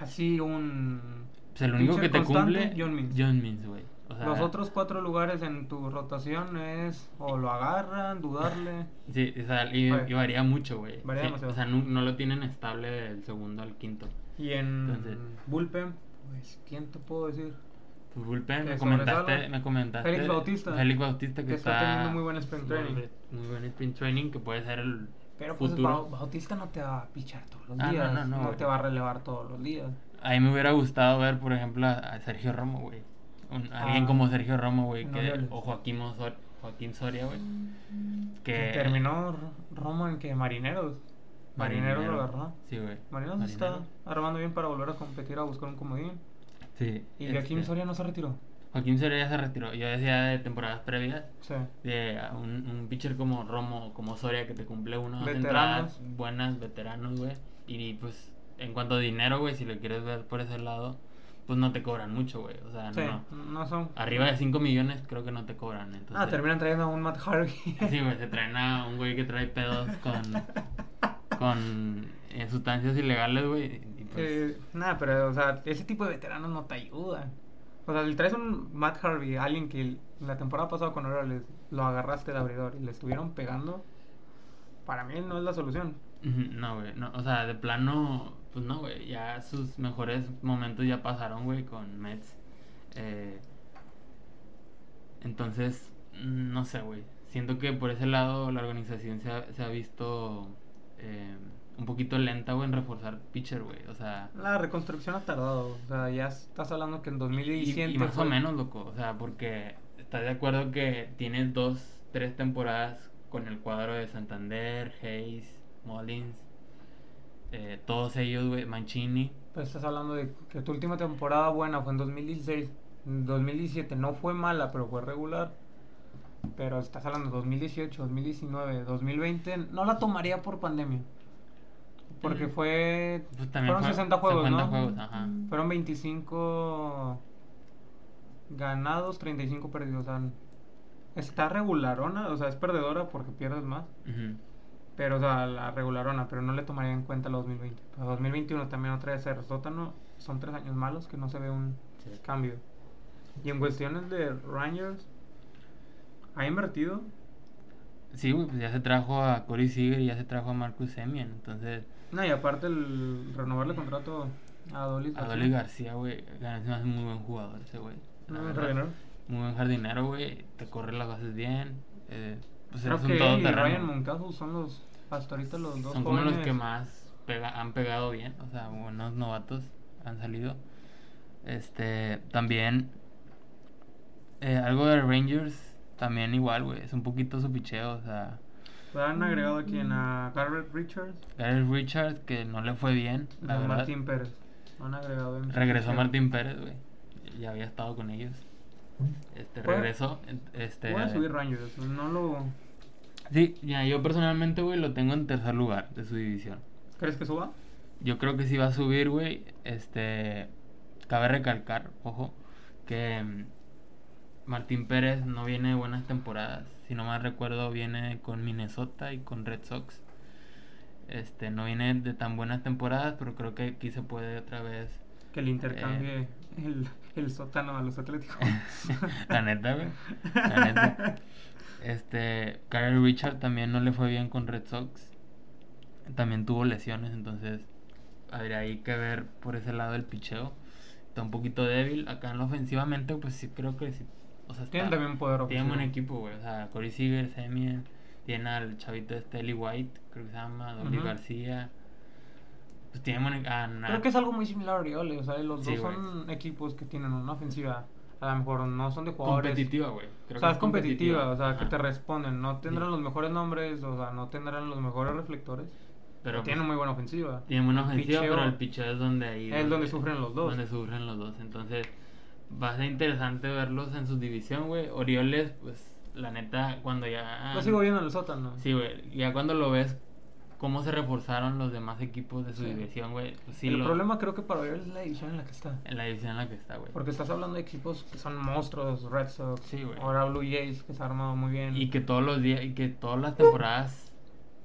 S2: así un...
S1: Pues el único que
S2: pitcher
S1: te
S2: constante,
S1: cumple.
S2: John Means.
S1: John Means, güey. O sea,
S2: Los otros cuatro lugares en tu rotación es o lo agarran, dudarle.
S1: Sí, o sea, y,
S2: Oye.
S1: y varía mucho, güey.
S2: Varía
S1: Sí,
S2: demasiado.
S1: O sea, no, no lo tienen estable del segundo al quinto.
S2: Y en
S1: Entonces-
S2: bullpen, pues, ¿quién te puedo decir?
S1: Tu bullpen,
S2: Que
S1: Pues, me comentaste,
S2: sobresalga.
S1: me comentaste.
S2: Félix Bautista.
S1: Félix Bautista que,
S2: Que está teniendo muy buen sprint training.
S1: Muy, muy buen sprint training que puede ser el
S2: Pero pues
S1: futuro.
S2: Bau- Bautista no te va a pichar todos los
S1: Ah, no,
S2: días.
S1: no, no, güey.
S2: te va a relevar todos los días.
S1: A mí me hubiera gustado ver, por ejemplo, a, a Sergio Romo, güey. Un-
S2: Ah.
S1: alguien como Sergio Romo, güey.
S2: En
S1: que-
S2: Orioles.
S1: O Joaquín, Osor- Joaquín Soria, güey.
S2: Que
S1: Que
S2: terminó R- Romo en que Marineros. Marineros lo agarró.
S1: Sí, güey.
S2: Marineros se está armando bien para volver a competir a buscar un comodín.
S1: Sí.
S2: Y de aquí
S1: este,
S2: Soria no se retiró.
S1: Joaquín Soria ya se retiró. Yo decía de temporadas previas.
S2: Sí.
S1: De a un, un pitcher como Romo, como Soria, que te cumple unas
S2: Veteranos.
S1: entradas buenas, veteranos, güey. Y pues, en cuanto a dinero, güey, si lo quieres ver por ese lado, pues no te cobran mucho, güey. O sea,
S2: Sí,
S1: Ah, no.
S2: no son.
S1: Arriba de 5 millones creo que no te cobran. Entonces,
S2: Ah, terminan trayendo a un Matt Harvey.
S1: Sí, güey, se traen a un güey que trae pedos con, con eh, sustancias ilegales, güey. y- y pues,
S2: Eh, nada, pero, o sea, ese tipo de veteranos no te ayudan. O sea, le traes un Matt Harvey, alguien que la temporada pasada con Orioles lo agarraste de abridor y le estuvieron pegando. Para mí no es la solución.
S1: Ujú, No, güey, no, o sea, de plano, pues no, güey, ya sus mejores momentos ya pasaron, güey, con Mets. Eh, entonces, mm, no sé, güey, siento que por ese lado la organización se ha, se ha visto eh, un poquito lenta, güey, en reforzar pitcher, güey, o sea,
S2: La reconstrucción ha tardado. O sea, ya estás hablando que en
S1: y,
S2: 2100.
S1: y más o
S2: fue-
S1: menos, loco, o sea, porque estás de acuerdo que tienes dos, tres temporadas con el cuadro de Santander, Hayes, Mullins, eh, todos ellos, güey, Mancini.
S2: Pero Pues, estás hablando de que tu última temporada buena fue en 2016. En 2017 no fue mala, pero fue regular. Pero estás hablando de 2018, 2019, 2020. No la tomaría por pandemia. Porque
S1: Mm.
S2: fue.
S1: Pues también
S2: fueron
S1: fue-
S2: 60 juegos,
S1: 50
S2: ¿no? Mm.
S1: juegos, ajá.
S2: Fueron 25 ganados, 35 perdidos. O sea, está regularona, o sea, es perdedora porque pierdes más.
S1: Ujú.
S2: Pero, o sea, la regularona, pero no le tomaría en cuenta la 2020. Pero 2021 también otra vez el sótano. Son tres años malos que no se ve un
S1: Sí.
S2: cambio. Y en cuestiones de Rangers, ha invertido.
S1: Sí, güey, pues ya se trajo a Corey Seager y ya se trajo a Marcus Semien. Entonces,
S2: No, y aparte el renovarle contrato a Dolly
S1: Adolis García, güey, se me hace muy buen jugador ese güey. la verdad. Muy buen jardinero, güey. Te corre las bases bien. eh, pues
S2: Creo
S1: eres un
S2: que él y
S1: todoterreno.
S2: Ryan Moncastle son los, hasta ahorita los dos
S1: son como los
S2: jóvenes.
S1: que más pega- han pegado bien, o sea, buenos novatos han salido. Este, también eh, algo de Rangers, también igual, güey, es un poquito su picheo, o sea,
S2: Pero han agregado aquí en a Garrett Richards
S1: Gareth Richards que no le fue bien,
S2: y
S1: la
S2: a
S1: verdad.
S2: Martín Pérez. Han agregado en su
S1: Regresó
S2: posición.
S1: Martín Pérez, güey. Ya había estado con ellos. Este
S2: Puede-
S1: regresó, en- este
S2: Pueden subir Rangers, no lo...
S1: Sí, ya yo personalmente, güey, lo tengo en tercer lugar de su división.
S2: ¿Crees que suba?
S1: Yo creo que sí va a subir, güey. Este. Cabe recalcar, ojo, que mm, Martín Pérez no viene de buenas temporadas. Si no mal recuerdo, viene con Minnesota y con Red Sox. Este, no viene de tan buenas temporadas, pero creo que aquí se puede otra vez.
S2: Que le intercambie
S1: Eh.
S2: el, el sótano a los Atléticos.
S1: La neta, güey. La neta. Este, Kyle Richard también no le fue bien con Red Sox. También tuvo lesiones, entonces habría ahí que ver por ese lado el picheo. Está un poquito débil. Acá en lo ofensivamente, pues sí creo que sí. O sea,
S2: Tienen
S1: está-
S2: también poder
S1: tienen buen
S2: ofensivo.
S1: equipo, güey. O sea, Corey Seager, Semien. Tienen al chavito este, Eli White, creo que se llama, Dolly
S2: Ujú.
S1: García. Pues tienen buen e- a Nat-
S2: Creo que es algo muy similar a Orioles. O sea, los
S1: Sí,
S2: dos
S1: güey.
S2: son equipos que tienen una ofensiva. A lo mejor no son de jugadores.
S1: competitiva, güey.
S2: O
S1: Creo
S2: sea,
S1: que
S2: es competitiva, o sea, que
S1: Ajá.
S2: te responden. No tendrán
S1: Sí.
S2: los mejores nombres, o sea, no tendrán los mejores reflectores. Pero
S1: Pero
S2: tienen
S1: pues,
S2: muy buena ofensiva.
S1: Tienen buena ofensiva,
S2: Picheo.
S1: pero el picheo es donde ahí.
S2: Es donde sufren los dos.
S1: Donde sufren los dos. Entonces, va a ser interesante verlos en su división, güey. Orioles, pues, la neta, cuando ya.
S2: Yo sigo viendo en el sótano.
S1: Sí, güey. Ya cuando lo ves, cómo se reforzaron los demás equipos de su
S2: Sí.
S1: división, güey. Pues, sí,
S2: el
S1: lo-
S2: problema creo que para Orioles es la división en la que está.
S1: En la división en la que está, güey.
S2: Porque estás hablando de equipos que son monstruos, Red Sox,
S1: Sí, güey.
S2: ahora Blue Jays, que se ha armado muy bien.
S1: Y que todos los días, y que todas las temporadas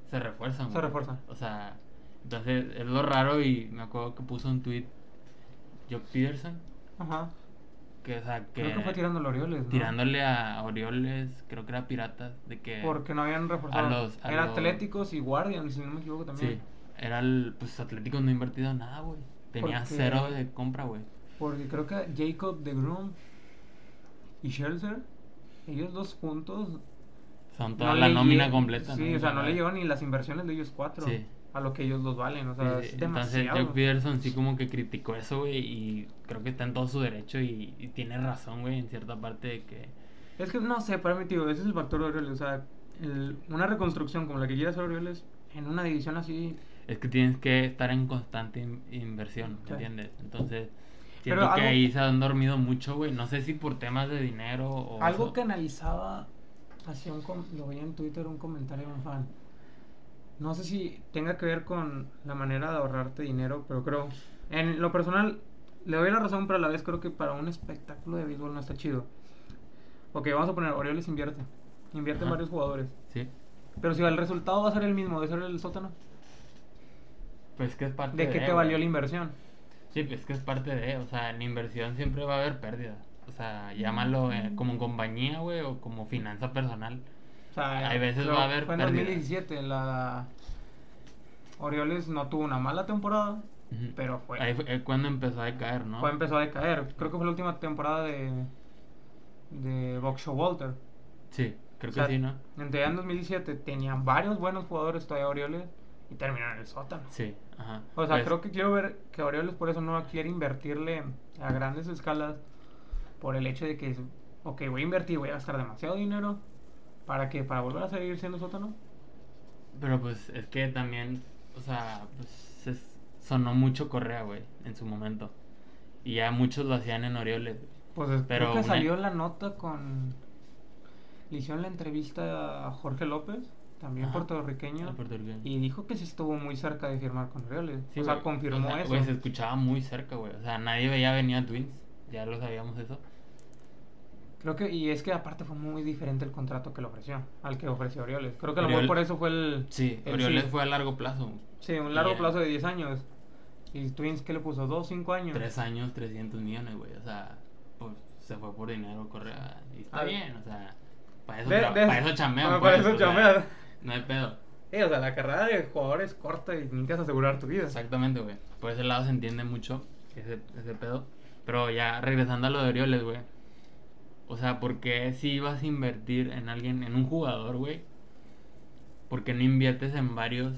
S1: se refuerzan.
S2: Se
S1: güey.
S2: refuerzan.
S1: O sea, entonces es lo raro y me acuerdo que puso un tweet Jock Peterson,
S2: Ajá.
S1: que o sea, que,
S2: Creo que fue tirando los Orioles, ¿no?
S1: tirándole a Orioles, creo que era Piratas, de que
S2: Porque no habían reforzado.
S1: a los- a
S2: Era
S1: los-
S2: Atléticos y Guardians, si no me equivoco también.
S1: sí, era el pues Atlético no ha invertido nada, güey. Tenía
S2: Porque-
S1: cero de compra, güey.
S2: Porque creo que Jacob de Groom y Scherzer, ellos dos juntos.
S1: Son toda
S2: no
S1: la
S2: le
S1: nómina
S2: lle-
S1: completa,
S2: Sí,
S1: ¿no?
S2: o sea, no le llevan ni las inversiones de ellos cuatro
S1: Sí.
S2: a lo que ellos dos valen. O
S1: Sí,
S2: sea,
S1: sí,
S2: es
S1: Entonces,
S2: demasiado.
S1: Jock Peterson sí como que criticó eso, güey, y creo que está en todo su derecho y, y tiene razón, güey, en cierta parte de que...
S2: Es que no sé, para mí, tío, ese es el factor de Orioles. O sea, el- una reconstrucción como la que quiere hacer Orioles en una división así.
S1: Es que tienes que estar en constante in- inversión, ¿me
S2: Sí.
S1: entiendes? Entonces, Siento
S2: Pero
S1: que
S2: algo-
S1: ahí se han dormido mucho, güey. No sé si por temas de dinero o.
S3: Algo
S1: eso.
S3: que analizaba, hacía un com- lo veía en Twitter un comentario de un fan.
S2: No sé si tenga que ver con la manera de ahorrarte dinero, pero creo. En lo personal, le doy la razón, pero a la vez creo que para un espectáculo de béisbol no está chido. Ok, vamos a poner: Orioles invierte. Invierte en
S1: Ajá.
S2: varios jugadores.
S1: Sí.
S2: Pero si el resultado va a ser el mismo de ser el sótano,
S1: Pues que es parte de.
S2: ¿de qué te
S1: güey.
S2: valió la inversión?
S1: Sí, pues que es parte de. O sea, en la inversión siempre va a haber pérdida. O sea, llámalo
S2: Mm.
S1: eh, como compañía, güey, o como finanza personal.
S2: O sea,
S1: Hay veces
S2: lo-
S1: va a haber
S2: Fue en
S1: pérdida.
S2: 2017, la Orioles no tuvo una mala temporada,
S1: Ujú.
S2: pero fue.
S1: Ahí fue eh, cuando empezó a decaer, ¿no?
S2: fue- empezó a decaer. Creo que fue la última temporada de de Box Walter.
S1: Sí, creo
S2: O sea,
S1: que sí, ¿no?
S2: En teoría en 2017 tenían varios buenos jugadores todavía Orioles y terminaron en el sótano.
S1: Sí, ajá.
S2: O sea,
S1: Pues,
S2: creo que quiero ver que Orioles por eso no quiere invertirle a grandes escalas por el hecho de que, ok, voy a invertir, voy a gastar demasiado dinero para que para volver a seguir siendo sótano.
S1: Pero pues es que también, o sea, pues es- sonó mucho Correa, güey, en su momento. Y ya muchos lo hacían en Orioles, güey.
S2: Pues es-
S1: Pero
S2: creo que
S1: una-
S2: salió la nota con. Le hicieron la entrevista a Jorge López, también
S1: Ajá,
S2: puertorriqueño,
S1: al puertorriqueño.
S2: y dijo que sí estuvo muy cerca de firmar con Orioles.
S1: Sí,
S2: o sea,
S1: güey,
S2: confirmó
S1: o sea,
S2: eso.
S1: Güey, se escuchaba muy cerca, güey. O sea, nadie veía venir a Twins. Ya lo sabíamos eso.
S2: Creo que, y es que aparte fue muy diferente el contrato que le ofreció, al que ofreció Orioles. Creo que a lo
S1: Oriol-
S2: mejor por eso fue el.
S1: Sí,
S2: el
S1: Orioles
S2: sí.
S1: fue a largo plazo.
S2: Sí, un largo
S1: Ya.
S2: plazo de 10 años. ¿Y Twins qué le puso? ¿2, 5 años?
S1: Tres años, 300 millones, güey. O sea, pues se fue por dinero, Correa. Y está
S2: Ah,
S1: bien, o sea, para eso,
S2: de-
S1: tra-
S2: de-
S1: para eso chamean.
S2: para-
S1: pues,
S2: para eso
S1: o sea,
S2: chamean.
S1: no hay pedo.
S2: Eh, o sea, la carrera de jugador es corta y necesitas asegurar tu vida.
S1: Exactamente, güey. Por ese lado se entiende mucho ese, ese pedo. Pero ya regresando a lo de Orioles, güey. O sea, ¿por qué si vas a invertir en alguien, en un jugador, güey? ¿Por qué no inviertes en varios?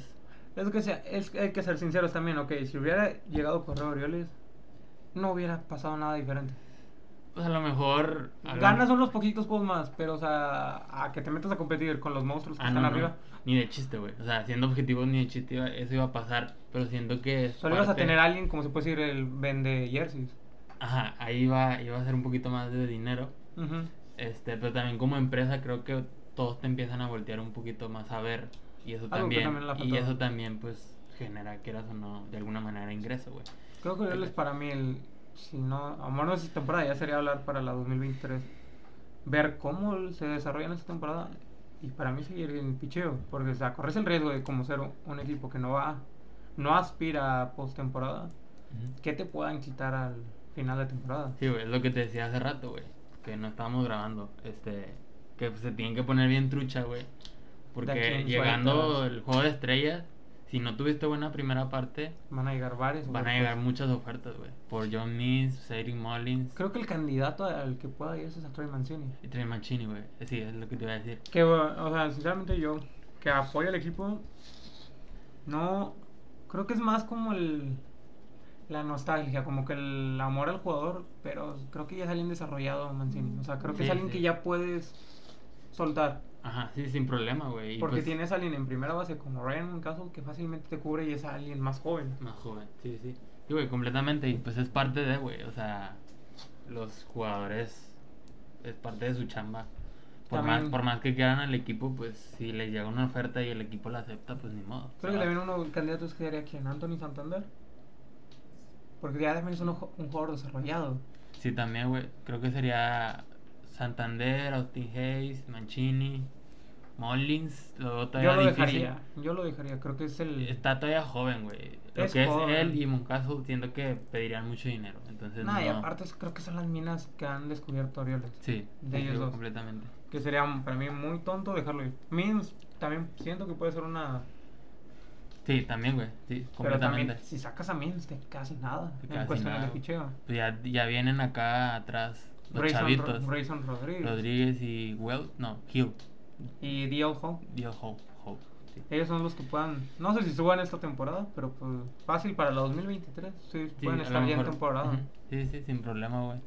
S2: Es que sea, es que hay que ser sinceros también, ok, si hubiera llegado Correa Orioles, no hubiera pasado nada diferente.
S1: Pues a lo mejor. hablando-
S2: Ganas pues, son los poquitos juegos más, pero o sea, a que te metas a competir con los monstruos que
S1: Ah, no,
S2: están
S1: no.
S2: arriba,
S1: Ni de chiste, güey. O sea, siendo objetivos ni de chiste iba- eso iba a pasar. Pero siento que. es
S2: solo ibas a
S1: parte-
S2: tener a alguien, como se puede decir, el vende jerseys.
S1: Ajá, ahí va, iba a ser un poquito más de dinero.
S2: Ujú.
S1: Este, pero también como empresa creo que todos te empiezan a voltear un poquito más a ver y eso
S2: Algo que
S1: también,
S2: también le
S1: y
S2: faltó.
S1: eso también pues genera quieras o no de alguna manera ingreso, güey.
S2: Creo que Orioles para mí, el, si no, a lo mejor no es esta temporada, ya sería hablar para la 2023. Ver cómo se desarrolla en esta temporada y para mí seguir en picheo, porque o sea, corres el riesgo de como ser un, un equipo que no va, no aspira a postemporada, que te puedan quitar al final de temporada.
S1: Sí, güey, es lo que te decía hace rato, güey, que no estábamos grabando, este, que se tienen que poner bien trucha, güey, porque
S2: quién
S1: llegando
S2: sueltas?
S1: el juego de estrellas, si no tuviste buena primera parte,
S2: Van a llegar varios.
S1: van a llegar muchas ofertas, güey, por John Means, Cedric Mullins
S2: Creo que el candidato al que pueda irse es a Troy Mancini.
S1: y Trey Mancini, güey. Sí, es lo que te iba a decir.
S2: Que, o sea, sinceramente yo, que apoyo al equipo, no. Creo que es más como el. La nostalgia, como que el amor al jugador, pero creo que ya es alguien desarrollado, Mancini. O sea, creo que es
S1: Sí,
S2: alguien
S1: sí.
S2: que ya puedes soltar.
S1: Ajá, sí, sin problema, güey. y
S2: Porque
S1: pues-
S2: tienes a alguien en primera base como Ryan caso que fácilmente te cubre y es alguien más joven.
S1: Más joven, sí, sí. Sí, güey, completamente. Y pues es parte de, güey, o sea, los jugadores es parte de su chamba. Por más,
S2: También-
S1: por más que quieran al equipo, pues si les llega una oferta y el equipo la acepta, pues ni modo.
S2: Creo que también uno de los candidatos que sería quien, Anthony Santander. Porque ya también es un, ojo- un jugador desarrollado.
S1: Sí, también, güey. Creo que sería Santander, Austin Hayes, Mancini, Mullins. Lo veo
S2: Yo
S1: todavía
S2: lo
S1: difícil.
S2: dejaría, yo lo dejaría, creo que es el...
S1: Está todavía joven, güey. Lo
S2: Es
S1: que
S2: joven.
S1: es él y Moncaso, siento que pedirían mucho dinero. Entonces,
S2: Nah, y
S1: no.
S2: aparte es- creo que son las minas que han descubierto Orioles.
S1: Sí,
S2: de
S1: sí,
S2: ellos
S1: sí,
S2: dos.
S1: completamente.
S2: Que sería mm, para mí muy tonto dejarlo ir. Means también siento que puede ser una...
S1: Sí, también, güey. Sí,
S2: Pero
S1: completamente.
S2: también si sacas a Means te casi nada
S1: Te
S2: en
S1: quedas sin
S2: cuestión de
S1: nada.
S2: picheo.
S1: Pues ya, ya vienen acá atrás los
S2: Grayson, Ro-
S1: chavitos.
S2: Grayson Rodríguez,
S1: Rodríguez y Well, no, Hill.
S2: y D.L. Howe.
S1: Dio Hope. Hope. sí.
S2: Ellos son los que puedan, no sé si suban esta temporada, pero pues fácil para la 2023. Sí,
S1: Sí,
S2: pueden
S1: a lo
S2: estar bien
S1: mejor-
S2: temporada.
S1: Ujú. Sí, sí, sin problema, güey.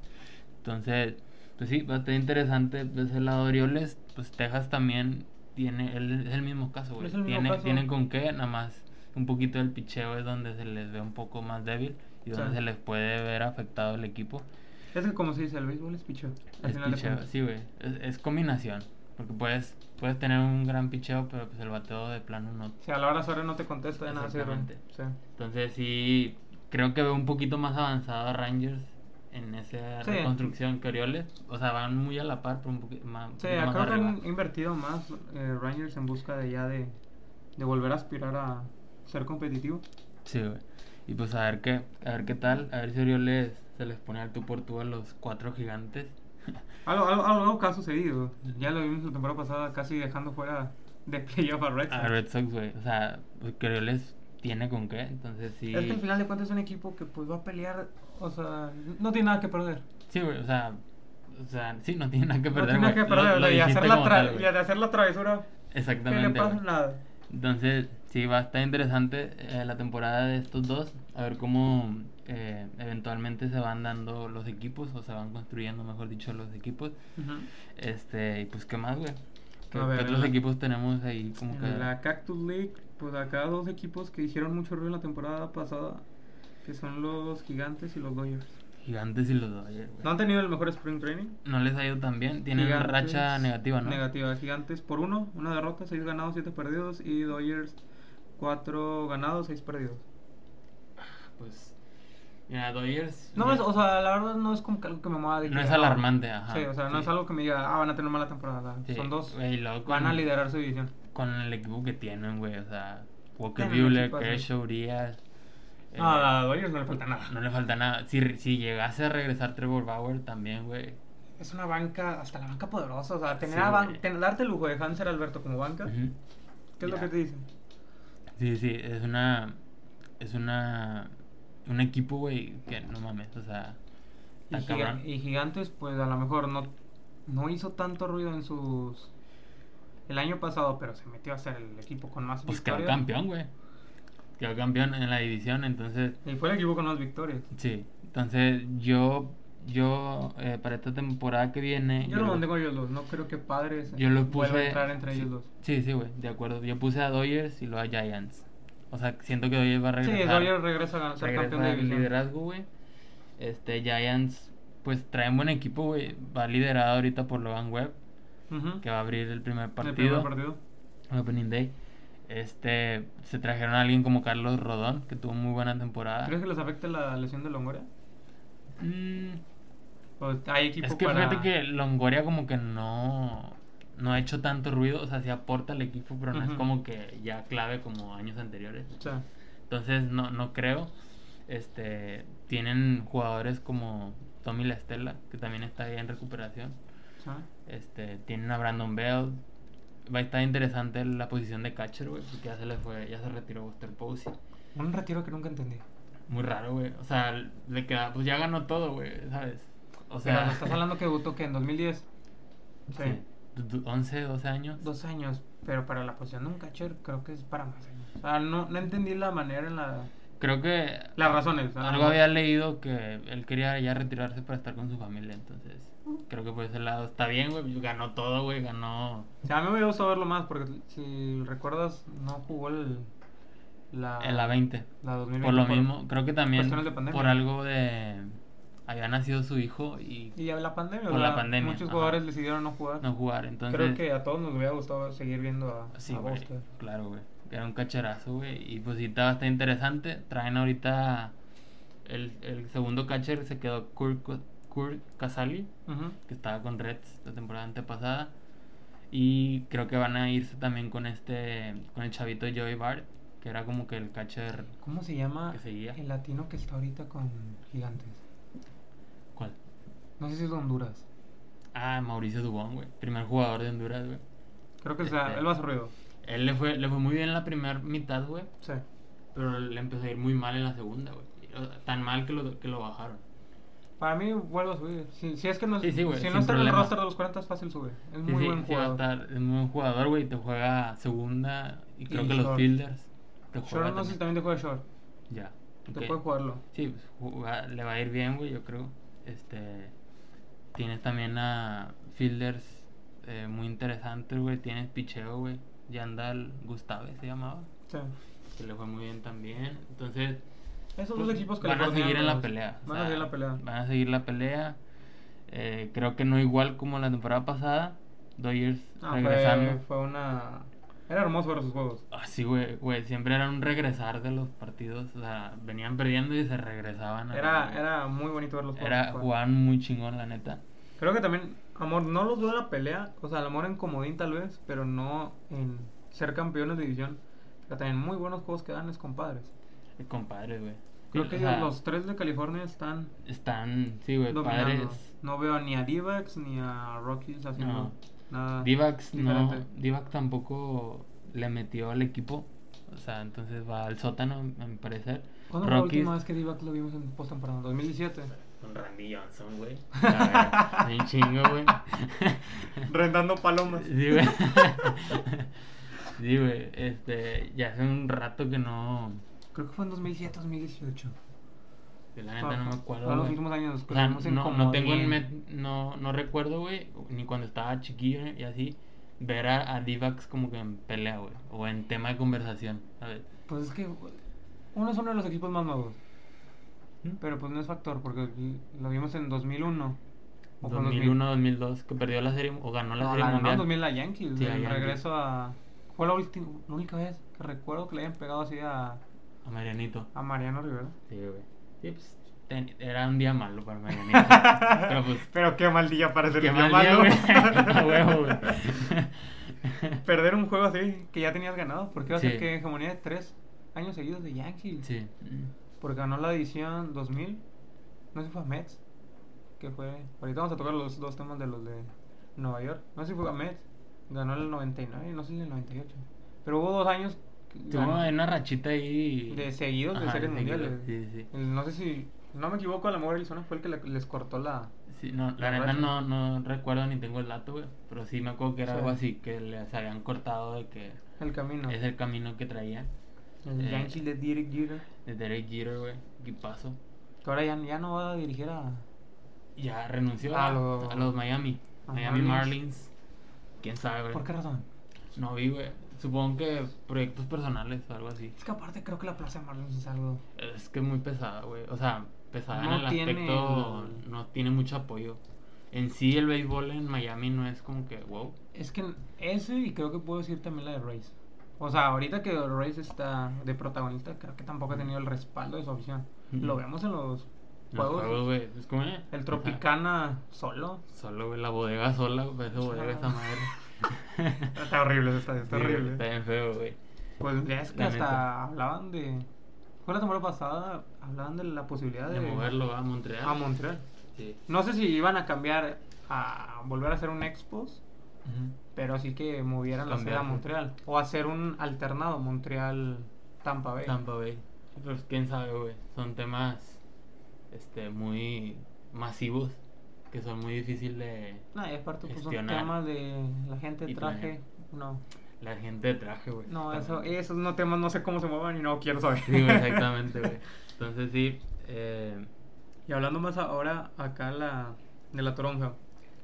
S1: Entonces, pues sí, bastante interesante de ese lado de Orioles. Pues Texas también tiene, el- es el mismo caso, güey.
S2: Es el mismo
S1: Tiene,
S2: caso.
S1: tienen con qué, nada más un poquito del picheo es donde se les ve un poco más débil. y
S2: Sí.
S1: donde se les puede ver afectado el equipo.
S2: Es que como se dice, el béisbol es picheo. Al
S1: Es
S2: final de
S1: picheo,
S2: cuentas.
S1: sí, güey. Es, es combinación. Porque puedes, puedes tener un gran picheo, pero pues el bateo de plano no.
S2: Si a la hora sobre no te contesta de nada sirve.
S1: Exactamente.
S2: Sí.
S1: Entonces sí, creo que veo un poquito más avanzado a Rangers en esa
S2: Sí.
S1: reconstrucción que Orioles. O sea, van muy a la par, pero un poquito más,
S2: Sí,
S1: un poquito más
S2: creo que
S1: arriba.
S2: han invertido más eh, Rangers en busca de ya de, de volver a aspirar a ser competitivo.
S1: Sí, güey. Y pues a ver qué, a ver qué tal, a ver si Orioles se les pone al tú por tú a los cuatro gigantes.
S2: Algo, algo, algo, algo que ha sucedido. Ya lo vimos la temporada pasada casi dejando fuera de playoff a Red
S1: A
S2: Sox.
S1: Red Sox, güey. O sea, que Orioles tiene con qué, entonces sí.
S3: Es que al final de cuentas es un equipo que pues va a pelear, o sea, no tiene nada que perder.
S1: Sí, güey, o sea, o sea, sí, no tiene nada que
S2: No
S1: perder,
S2: tiene
S1: güey.
S2: que
S1: Lo-
S2: perder,
S1: lo
S2: y,
S1: dijiste
S2: hacer la
S1: como
S2: tra-
S1: tal, güey.
S2: y de hacer la travesura, que le
S1: Exactamente.
S2: pasa
S1: güey.
S2: nada.
S1: Entonces, sí, va a estar interesante eh, la temporada de estos dos. A ver cómo eh, eventualmente se van dando los equipos, o se van construyendo, mejor dicho, los equipos. Este, y pues, ¿qué más, güey? ¿Qué,
S2: A ver,
S1: qué
S2: en
S1: otros
S2: la-
S1: equipos tenemos ahí? Como que...
S2: En la Cactus League, pues acá dos equipos que hicieron mucho ruido en la temporada pasada, que son los Gigantes y los Dodgers.
S1: Gigantes y los Dodgers, güey.
S2: No han tenido el mejor spring training.
S1: No les ha ido tan bien. Tienen una
S2: Gigantes-
S1: racha negativa, ¿no?
S2: Negativa. Gigantes por uno, una derrota, seis ganados, siete perdidos. Y Dodgers, cuatro ganados, seis perdidos.
S1: Pues, mira, Dodgers...
S3: No, es- o sea, la verdad no es como que algo que me mueva de
S1: No
S3: que,
S1: es
S3: ah,
S1: alarmante, ajá.
S2: sí, o sea, no es algo que me diga, ah, van a tener mala temporada.
S1: Sí,
S2: Son dos.
S1: güey, y luego con-
S2: Van a liderar su división.
S1: Con el equipo que tienen, güey, o sea... Walker
S2: Tienen un
S1: Buehler,
S2: equipazo.
S1: Kershaw, Urias... eh,
S2: Ah, a Dodgers no le falta nada.
S1: no le falta nada. Si, si llegase a regresar Trevor Bauer también, güey.
S3: Es una banca, hasta la banca poderosa, o sea, tener
S1: Sí,
S3: a ban-
S1: güey.
S3: ten- darte el lujo de Hanser Alberto como banca.
S1: Ujú.
S2: ¿Qué es lo
S1: Ya.
S2: que te dice?
S1: Sí, sí, es una... Es una... Un equipo, güey, que no mames, o sea...
S2: Y,
S1: está
S2: giga-
S1: cabrón.
S2: y Gigantes, pues a lo mejor no, no hizo tanto ruido en sus. El año pasado, pero se metió a ser el equipo con más
S1: Pues quedó
S2: victorias.
S1: campeón, güey. Quedó campeón en la división, entonces,
S2: Y fue el equipo con más victorias.
S1: sí. Entonces, yo, yo, eh, para esta temporada que viene...
S2: Yo lo
S1: Eh, lo-
S2: mandé con ellos dos, no creo que padres
S1: Yo lo
S2: vuelva
S1: puse...
S2: a entrar entre
S1: sí,
S2: ellos dos.
S1: Sí, sí, güey, de acuerdo. Yo puse a Dodgers y luego a Giants. O sea, siento que Dodgers va a regresar.
S2: Sí, Dodgers regresa a ganar- ser
S1: regresa
S2: campeón de
S1: al
S2: división.
S1: liderazgo, güey. Este, Giants, pues traen buen equipo, güey. Va liderado ahorita por Logan Webb,
S2: Ujú.
S1: que va a abrir el primer
S2: El
S1: partido.
S2: primer partido.
S1: Opening Day. Este, se trajeron a alguien como Carlos Rodón, que tuvo muy buena temporada.
S2: ¿Crees que les afecte la lesión de Longoria?
S1: Mm,
S2: ¿O Pues, hay equipo
S1: es que
S2: para...
S1: fíjate que Longoria como que no, no ha hecho tanto ruido, o sea, sí aporta al equipo, pero no es
S2: Ujú.
S1: como que ya clave como años anteriores.
S2: O sea,
S1: Entonces, no, no creo. Este, tienen jugadores como Tommy La Estela, que también está ahí en recuperación.
S2: o sea,
S1: Este, tienen a Brandon Bell. Va a estar interesante la posición de catcher, güey, porque ya se le fue, ya se retiró Buster Posey.
S2: Un retiro que nunca entendí.
S1: Muy raro, güey. O sea, le queda, pues ya ganó todo, güey, ¿sabes? O
S2: O sea,
S1: sea,
S2: estás hablando que debutó que en 2010. Sí.
S1: sí. Du- du- 11, 12 años.
S2: Dos años, pero para la posición de un catcher creo que es para más años. O sea, no, no entendí la manera en la...
S1: Creo que
S2: Las razones. a lo
S1: algo
S2: mejor.
S1: había leído que él quería ya retirarse para estar con su familia, entonces creo que por ese lado está bien, güey. Ganó todo, güey, ganó.
S2: O sea, a mí me hubiera gustado verlo más porque si recuerdas no jugó el... La,
S1: En la 20.
S2: La 2020.
S1: Por lo mismo, creo que también
S2: cuestiones de pandemia.
S1: por algo de había nacido su hijo y
S2: Y la pandemia,
S1: Por la
S2: ¿verdad?
S1: pandemia,
S2: Muchos
S1: ajá.
S2: jugadores decidieron no jugar.
S1: no jugar, entonces
S2: Creo que a todos nos hubiera gustado seguir viendo a,
S1: Sí,
S2: a
S1: güey,
S2: Buster.
S1: claro, güey. Era un cacherazo, güey. Y pues sí, está bastante interesante. Traen ahorita. El, el segundo catcher se quedó Kurt, Co- Kurt Casali,
S2: Ujú.
S1: que estaba con Reds la temporada antepasada. Y creo que van a irse también con este. Con el chavito Joey Bart, que era como que el catcher.
S2: ¿Cómo se llama
S1: Que seguía.
S2: el latino que está ahorita con Gigantes?
S1: ¿Cuál?
S2: No sé si es de Honduras.
S1: Ah, Mauricio Dubón, güey. Primer jugador de Honduras, güey.
S2: Creo que o sea,
S1: Este.
S2: él va a hacer ruido.
S1: Él le fue, le fue muy bien en la primera mitad, güey.
S2: Sí.
S1: Pero le empezó a ir muy mal en la segunda, güey. O sea, Tan mal que lo, que lo bajaron.
S2: Para mí vuelve a subir. Si, si es que no,
S1: Sí, sí, güey,
S2: si no
S1: sin
S2: está en el
S1: problema.
S2: roster de los 40 es fácil sube. Es
S1: Sí,
S2: muy
S1: sí,
S2: buen
S1: sí va a
S2: jugador.
S1: estar- es muy buen jugador, güey. Te juega segunda y creo
S2: Y
S1: que los
S2: short.
S1: fielders. Te juega
S2: Short no sé
S1: también.
S2: si también te juega short.
S1: Ya.
S2: Te
S1: ok.
S2: puede jugarlo.
S1: Sí, pues, juga- le va a ir bien, güey, yo creo. Este, tienes también a fielders eh, muy interesantes, güey. Tienes picheo, güey. Yandal Gustave se llamaba.
S2: Sí.
S1: Que le fue muy bien también. Entonces, pues,
S3: Esos dos equipos que
S1: van a seguir en la
S3: pues,
S1: pelea. o
S2: Van a
S1: sea,
S2: seguir en la pelea.
S1: Van a seguir la pelea. Eh, creo que no igual como la temporada pasada. Dodgers
S2: Ah, fue,
S1: regresando.
S2: fue una. Era hermoso ver sus juegos.
S1: Así, güey, güey, siempre era un regresar de los partidos. O sea, venían perdiendo y se regresaban. a-
S2: Era, era muy bonito ver los juegos.
S1: era
S2: Juan.
S1: jugaban muy chingón, la neta.
S2: Creo que también, amor, no los veo en la pelea. O sea, el amor en comodín tal vez, pero no en ser campeones de división. Pero también muy buenos juegos que dan, es compadres.
S1: Eh, Compadres, güey.
S2: Creo
S1: O
S2: que
S1: sea,
S2: los tres de California están
S1: Están, sí, güey,
S2: dominando.
S1: padres.
S2: No veo ni a Divax ni a Rockies haciendo
S1: No.
S2: nada.
S1: Divax no,
S2: Ah, diferente.
S1: Divax tampoco le metió al equipo. O sea, entonces va al sótano, a mi parecer.
S2: ¿Cuándo fue la
S1: Rockies-
S2: última vez que Divax lo vimos en postemporada? 2017.
S1: Con Randy Johnson, güey. A ver, un chingo, güey.
S2: Rendando palomas.
S1: Sí, güey. Sí, güey. Este, ya hace un rato que no.
S2: Creo que fue en 2017, 2018.
S1: que La neta no me acuerdo.
S2: Fueron los
S1: güey.
S2: últimos años. nos
S1: O sea,
S2: quedamos en
S1: no,
S2: como
S1: no tengo en
S2: 10.
S1: met- no, no recuerdo, güey, ni cuando estaba chiquillo y así, ver a, a Divax como que en pelea, güey, o en tema de conversación. A ver.
S2: Pues es que uno es uno de los equipos más nuevos.
S1: ¿Mm?
S2: Pero pues no es factor, porque lo vimos en 2001. O fue en
S1: 2001, 2002, que perdió la serie o ganó la
S2: No,
S1: serie
S2: la ganó
S1: mundial.
S2: en 2000 la Yankees.
S1: Sí,
S2: el
S1: la Yankees.
S2: regreso a. Fue la, última, la única vez que recuerdo que le hayan pegado así a,
S1: A Marianito.
S2: a Mariano Rivera.
S1: Sí, güey. Sí, pues, ten- era un día malo para Marianito. pero pues,
S2: Pero qué mal día para ser
S1: qué
S2: un
S1: mal
S2: día
S1: día,
S2: malo.
S1: güey. A huevo, güey.
S2: Perder un juego así que ya tenías ganado, porque iba a
S1: Sí.
S2: ser que hegemonía de tres años seguidos de Yankees.
S1: Sí.
S2: Porque ganó la edición 2000. No sé si fue a Mets. Que fue. Ahorita vamos a tocar los dos temas de los de Nueva York. No sé si fue a Mets. Ganó el 99, no sé si el 98. Pero hubo dos años. que
S1: Tuvo
S2: ganó
S1: una rachita ahí.
S2: de seguidos de
S1: Ajá,
S2: series
S1: seguido.
S2: mundiales.
S1: Sí, sí.
S2: El- No sé si. No me equivoco, a la mejor Arizona fue el que le- les cortó la.
S1: Sí, no, la
S2: La
S1: neta
S2: racha.
S1: no, no recuerdo ni tengo el dato, güey. Pero sí me acuerdo que era
S2: Sí.
S1: algo así, que les habían cortado de que
S2: el camino.
S1: es el camino que traía
S2: El
S1: eh,
S2: Yankee de Derek Jeter.
S1: de Derek Jeter, güey. Y paso.
S2: Que ahora ya, ya no va a dirigir a.
S1: Ya renunció
S2: A
S1: a,
S2: lo-
S1: a los Miami.
S2: a
S1: Miami
S2: Marlins.
S1: Marlins. Quién sabe,
S2: ¿Por qué
S1: güey.
S2: razón?
S1: No vi, güey. Supongo que proyectos personales o algo así.
S2: Es que aparte creo que la plaza de Marlins es algo.
S1: Es que es muy pesada, güey. O sea, pesada
S2: No
S1: en el
S2: tiene
S1: aspecto.
S2: el-
S1: No tiene mucho apoyo. En sí, el béisbol en Miami no es como que, wow.
S2: Es que ese y creo que puedo decir también la de Reyes. O sea, ahorita que Reyes está de protagonista, creo que tampoco ha tenido el respaldo de su afición.
S1: Ujú.
S2: Lo vemos en los
S1: Los
S2: juegos.
S1: juegos, güey. Es como, eh, o sea,
S2: El Tropicana solo.
S1: Solo, güey, la bodega sola, güey, esa bodega, esa madre.
S2: Está horrible ese estadio, está
S1: Sí, güey,
S2: horrible.
S1: Está bien feo, güey.
S2: Pues ya es que
S1: La
S2: hasta
S1: neta.
S2: hablaban de. Fue la temporada pasada, hablaban de la posibilidad de. Ah,
S1: De moverlo a Montreal.
S2: A Montreal.
S1: Sí.
S2: No sé si iban a cambiar a volver a hacer un Expos, pero sí que movieran la sede a
S1: Cambiarlo.
S2: Montreal. O hacer un alternado Montreal-Tampa Bay.
S1: Tampa Bay. Pero quién sabe, güey. Son temas este, muy masivos que son muy difíciles de
S2: No, y aparte pues, son
S1: Gestionar.
S2: temas de la gente de
S1: Y Pues,
S2: traje. No,
S1: la gente de traje, güey.
S2: no, eso,
S1: También.
S2: esos no temas no sé cómo se muevan y no quiero saber.
S1: Sí, güey, exactamente, güey. Entonces, sí. eh,
S2: Y hablando más ahora acá la, de la toronja,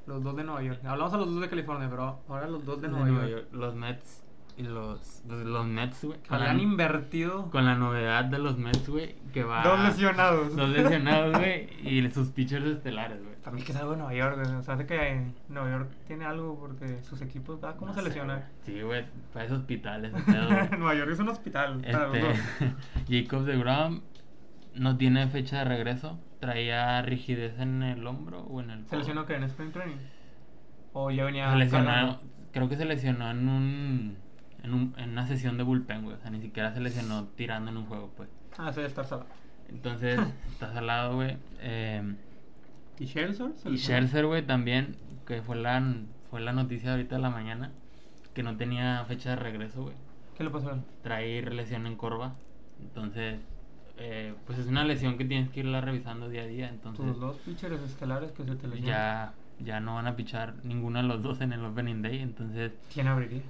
S2: los dos de Nueva York. Hablamos a los dos de California, pero ahora los dos de Nueva, York.
S1: Los Mets y los. Los, los Mets, güey.
S2: Que han invertido
S1: con la novedad de los Mets, güey, que va.
S2: dos lesionados.
S1: Dos lesionados, güey, y sus pitchers estelares, güey.
S2: Para mí que es algo de Nueva York, güey. o sea, hace que Nueva York tiene algo porque sus equipos, ah, ¿cómo
S1: No
S2: se
S1: sé,
S2: lesionan?
S1: güey. Sí, güey, para esos hospitales. ese pedo, güey.
S2: Nueva York es un hospital para los dos.
S1: este, Jacob de Graham no tiene fecha de regreso. Traía rigidez en el hombro o en el.
S2: ¿Se lesionó que en Spring Training? ¿O ya venía
S1: Se lesionó,
S2: cargando?
S1: creo que se lesionó en un, en un- en una sesión de bullpen, güey. O sea, ni siquiera se lesionó tirando en un juego, pues.
S2: Ah, sí, debe estar salado.
S1: Entonces, estás al lado, güey. Eh,
S2: ¿Y Scherzer?
S1: Y Scherzer, güey, también, que fue la, fue la noticia ahorita de la mañana, que no tenía fecha de regreso, güey.
S2: ¿Qué le pasó a él?
S1: Trae lesión en corva. Entonces, eh, pues es una lesión que tienes que irla revisando día a día. Entonces,
S2: Tus dos pitchers estelares que se te lesionan.
S1: ya, ya no van a pichar ninguno de los dos en el Opening Day. Entonces,
S2: ¿Quién abriría?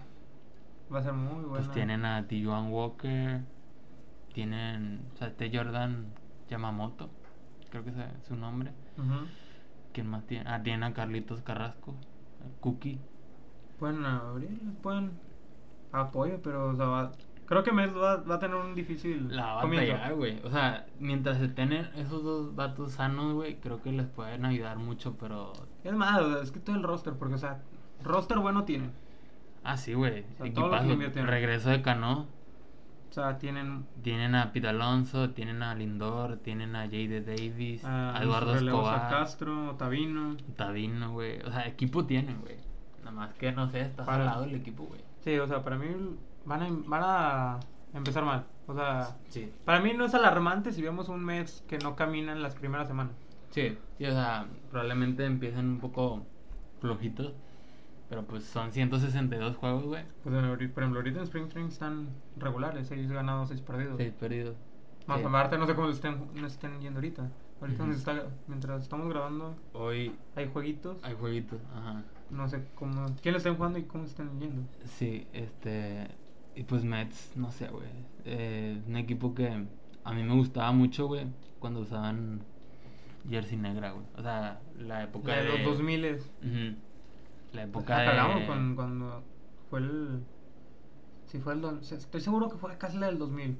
S2: Va a ser muy bueno.
S1: pues tienen a T. Joan Walker, tienen, o sea, este Jordan Yamamoto, creo que es eh, su nombre. ¿Quién más tiene? Ah, tienen a Carlitos Carrasco, a Cookie.
S2: Pueden abrir, pueden apoyo, pero o sea, va- Creo que Mets va, va a tener un difícil
S1: La va a
S2: comienzo.
S1: pegar, güey. O sea, mientras se tienen esos dos vatos sanos, güey, creo que les pueden ayudar mucho, pero.
S2: Es más, o sea, es que todo el roster, porque, o sea, roster bueno tienen.
S1: Ah, sí, güey.
S2: O sea, todo lo que
S1: Equipazo.
S2: invirtieron.
S1: Regreso de Cano.
S2: O sea, tienen
S1: Tienen a Pete Alonso, tienen a Lindor, tienen a Jade Davis,
S2: a
S1: a Pues, Eduardo
S2: Ah, los relevos a
S1: Escobar,
S2: Castro, Otavino.
S1: Tavino, güey. O sea, equipo tienen, güey. Nada más que no sé, estás
S2: Para-
S1: al lado del equipo, güey.
S2: Sí, o sea, para mí van a, van a empezar mal. O sea,
S1: Sí.
S2: para mí no es alarmante si vemos un Mets que no camina en las primeras semanas.
S1: Sí, sí, o sea, probablemente empiecen un poco flojitos, pero pues son 162 juegos, güey.
S2: Pues, ahori- por ejemplo, ahorita en Spring Training están regulares, 6 ganados, 6 perdidos.
S1: 6 perdidos.
S2: Más
S1: pues, Sí.
S2: aparte, no sé cómo lo estén, no estén yendo ahorita. Ahorita
S1: Ujú.
S2: nos está- mientras estamos grabando,
S1: Hoy
S2: hay jueguitos.
S1: hay jueguitos, ajá.
S2: No sé cómo, quién lo estén jugando y cómo estén yendo.
S1: Sí, este. Y pues Mets, no sé, güey. Eh, un equipo que a mí me gustaba mucho, güey, cuando usaban jersey negra, güey. O sea, la época
S2: La de los 2000
S1: Ujú. La
S2: Pues
S1: época
S2: la cagamos
S1: de.
S2: con, cuando fue el. Si fue el. don- o sea, estoy seguro que fue casi la del 2000.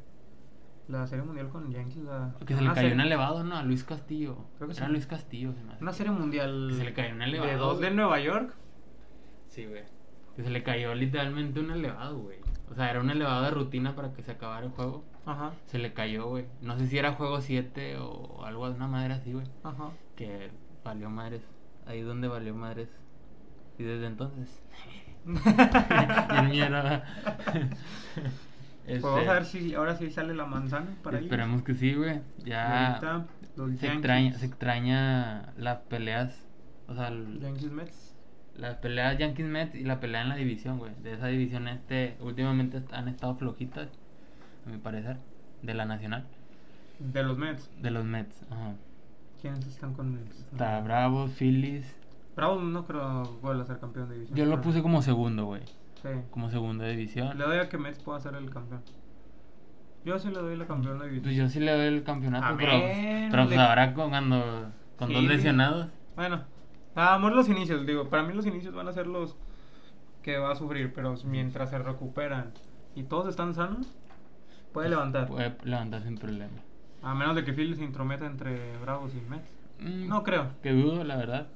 S2: La Serie Mundial con Yankees. La,
S1: Que se le
S2: una
S1: cayó un
S2: serie-
S1: elevado, ¿no? A Luis Castillo.
S2: Ah, Creo que
S1: Era
S2: sí.
S1: Luis Castillo, se me hace.
S2: Una Serie Mundial.
S1: Que se le cayó un
S2: De
S1: elevador,
S2: dos de
S1: güey.
S2: Nueva York.
S1: Sí, güey. Que se le cayó literalmente un elevado, güey. O sea, era un elevado de rutina para que se acabara el juego.
S2: Ajá.
S1: Se le cayó, güey. No sé si era juego 7 o algo de una madre así, güey.
S2: Ajá.
S1: Que valió madres. Ahí es donde valió madres. Y desde entonces. Bien mierda.
S2: Pues vamos a ver si ahora sí sale la manzana para ellos.
S1: Este Esperemos que sí, güey.
S2: Y
S1: Ya.
S2: ahorita los
S1: Se
S2: Yankees-
S1: extraña, se extraña las peleas. O sea, el-
S2: Yankees Mets.
S1: las peleas Yankees Mets y la pelea en la división, güey. De esa división este últimamente est- han estado flojitas, a mi parecer, de la nacional,
S2: De los Mets.
S1: de los Mets. Ajá.
S2: ¿Quiénes están con Mets?
S1: Está Bravos, Phillies.
S2: Bravos no creo vuelva a ser campeón de división.
S1: Yo lo
S2: pero-
S1: puse como segundo, güey.
S2: Sí.
S1: Como segunda división.
S2: Le doy a que Mets pueda ser el campeón. Yo sí le doy la campeón de
S1: Pues
S2: división.
S1: yo sí le doy el campeonato, pero,
S2: Amén,
S1: pero pues
S2: le-
S1: ahora con, cuando, con
S2: Sí.
S1: dos lesionados.
S2: Bueno, vamos los inicios, digo. Para mí los inicios van a ser los que va a sufrir, pero mientras se recuperan y todos están sanos, puede
S1: pues,
S2: levantar.
S1: Puede levantar sin problema.
S2: A menos de que Phil se intrometa entre Bravos y Mets.
S1: Mm,
S2: No creo.
S1: Que dudo, la verdad.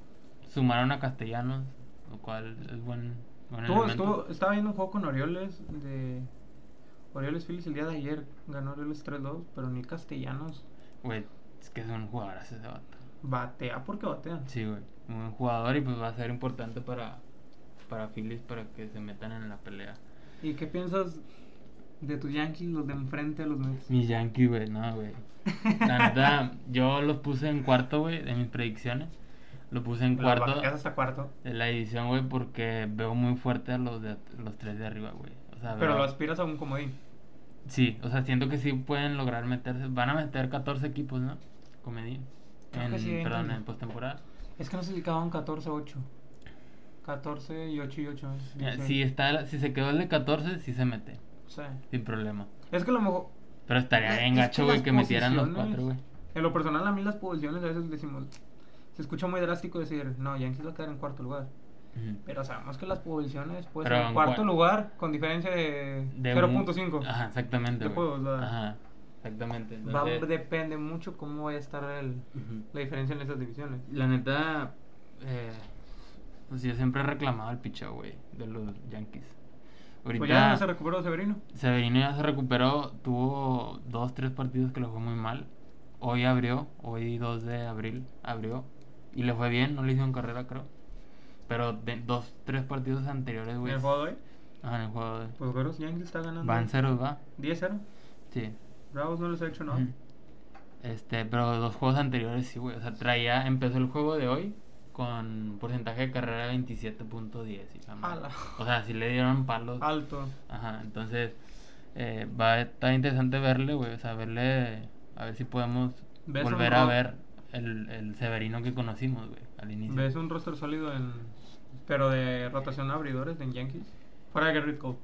S1: Sumaron a Castellanos, lo cual es buen, buen
S2: Estuvo-
S1: elemento.
S2: estuvo- estaba viendo un juego con Orioles de Orioles Phillies el día de ayer. Ganó Orioles 3-2, pero ni Castellanos
S1: Güey, es que es un jugador ese vato.
S2: batea porque batea.
S1: Sí, güey. Un buen jugador y pues va a ser importante para, para Phillies para que se metan en la pelea.
S2: ¿Y qué piensas de tus Yankees, los de enfrente a los Mets?
S1: Mis Yankees, güey, no, güey. La neta, yo los puse en cuarto, güey, de mis predicciones. Los puse en
S2: La
S1: cuarto
S2: bajas hasta cuarto.
S1: de la división, güey, porque veo muy fuerte a los, de, los tres de arriba, güey. O sea,
S2: Pero
S1: veo-
S2: lo aspiras a un comodín.
S1: Sí, o sea, siento que sí pueden lograr meterse. Van a meter 14 equipos, ¿no? Comedín.
S2: Creo
S1: En,
S2: que sí,
S1: perdón,
S2: vengan.
S1: en postemporada.
S2: Es que no sé si quedaban 14-8. 14 y 8 y 8.
S1: Mira, Si, está, si se quedó el de 14, sí se mete,
S2: Sí.
S1: sin problema.
S2: Es que a lo mejor.
S1: Pero estaría
S2: Es
S1: bien
S2: que
S1: gacho, güey,
S2: las
S1: que metieran los
S2: posiciones-
S1: cuatro, güey.
S2: En lo personal, a mí las posiciones a veces decimos. Se escucha muy drástico decir, no, Yankees va a quedar en cuarto lugar.
S1: Ujú.
S2: Pero sabemos que las posiciones pueden
S1: Pero
S2: ser
S1: en
S2: cuarto
S1: cua-
S2: lugar con diferencia de,
S1: De un-
S2: 0.5.
S1: Ajá, exactamente.
S2: de
S1: güey.
S2: juegos, la-
S1: Ajá, exactamente.
S2: Va-
S1: Entonces,
S2: depende mucho cómo vaya a estar el-
S1: ujú.
S2: la diferencia en esas divisiones.
S1: La neta, eh, pues yo siempre he reclamado el picheo, güey, de los Yankees. Ahorita
S2: Pues ya se recuperó Severino.
S1: Severino ya se recuperó, tuvo dos, tres partidos que le fue muy mal. Hoy abrió, hoy 2 de abril abrió y le fue bien, no le hizo en carrera, creo. Pero de dos, tres partidos anteriores,
S2: En
S1: güey.
S2: el juego de hoy.
S1: Ajá, en el juego de-
S2: Pues Veros Yankees está ganando.
S1: Van ceros, va.
S2: 10-0.
S1: Sí.
S2: Bravos no les ha hecho nada.
S1: Ujú. Este, pero los juegos anteriores sí, güey. O sea, traía, empezó el juego de hoy con porcentaje de carrera de 27.10. y la madre.
S2: Ala.
S1: O sea, sí le dieron palos.
S2: Alto.
S1: Ajá, entonces eh, va a estar interesante verle, güey. O sea, verle, a ver si podemos
S2: ¿Ves un
S1: volver a
S2: Rob?
S1: ver el, el Severino que conocimos, güey, al inicio.
S2: ¿Ves un roster sólido en. Pero de rotación de abridores en Yankees? Fuera de Garrett Cole.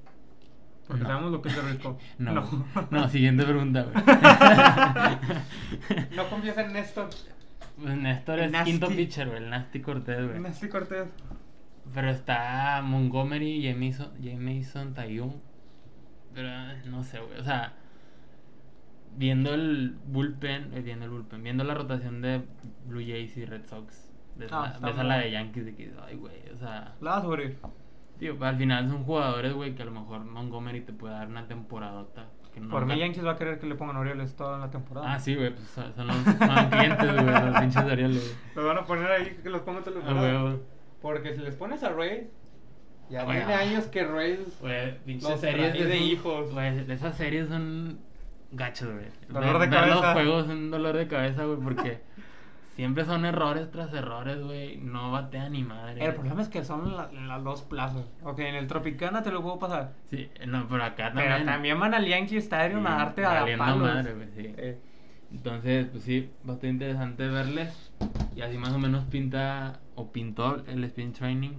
S2: Porque
S1: No.
S2: sabemos lo que es Garrett Cole.
S1: No,
S2: No,
S1: no. siguiente pregunta, güey.
S2: No confías en Néstor.
S1: Pues Néstor es
S2: Nasty.
S1: quinto pitcher, güey, el Nasty Cortés, güey.
S2: Néstor Cortés.
S1: Pero está Montgomery, Jameson, Jameson Taeyong, Pero ah, no sé, güey. O sea, viendo el bullpen, eh, viendo el bullpen, viendo la rotación de Blue Jays y Red Sox, ves,
S2: Ah,
S1: la-
S2: está
S1: ves a
S2: muy
S1: la
S2: bueno.
S1: de Yankees de que, ay, güey, o sea,
S2: La vas a sufrir.
S1: tío, al final son jugadores, güey, que a lo mejor Montgomery te puede dar una temporadota. Que
S2: Por
S1: nunca-
S2: mí, Yankees va a querer que le pongan Orioles toda la temporada.
S1: Ah, sí, güey, pues son son los son clientes, güey, los pinches Orioles, güey.
S4: Los van a poner ahí, que los pongo todos los
S1: Ah, güey,
S4: Porque si les pones a Reyes, ya
S1: Bueno.
S4: tiene años que Reyes.
S1: güey, pinches
S4: Los
S1: series
S4: traes de
S1: esos-
S4: hijos.
S1: Güey, de esas series son gachos, güey.
S2: Dolor
S1: Ver-
S2: de
S1: ver
S2: cabeza.
S1: los juegos es un dolor de cabeza, güey, porque siempre son errores tras errores, güey. No batea ni madre.
S2: El
S1: güey.
S2: problema es que son la- las dos plazas. Ok, en el Tropicana te lo puedo pasar.
S1: Sí, no, pero acá también.
S2: Pero también van al Yankee Stadium a darte a
S1: valiendo
S2: palos.
S1: madre, güey, sí.
S2: Eh,
S1: Entonces, pues sí, bastante interesante verles. Y así más o menos pinta o pintó el spin training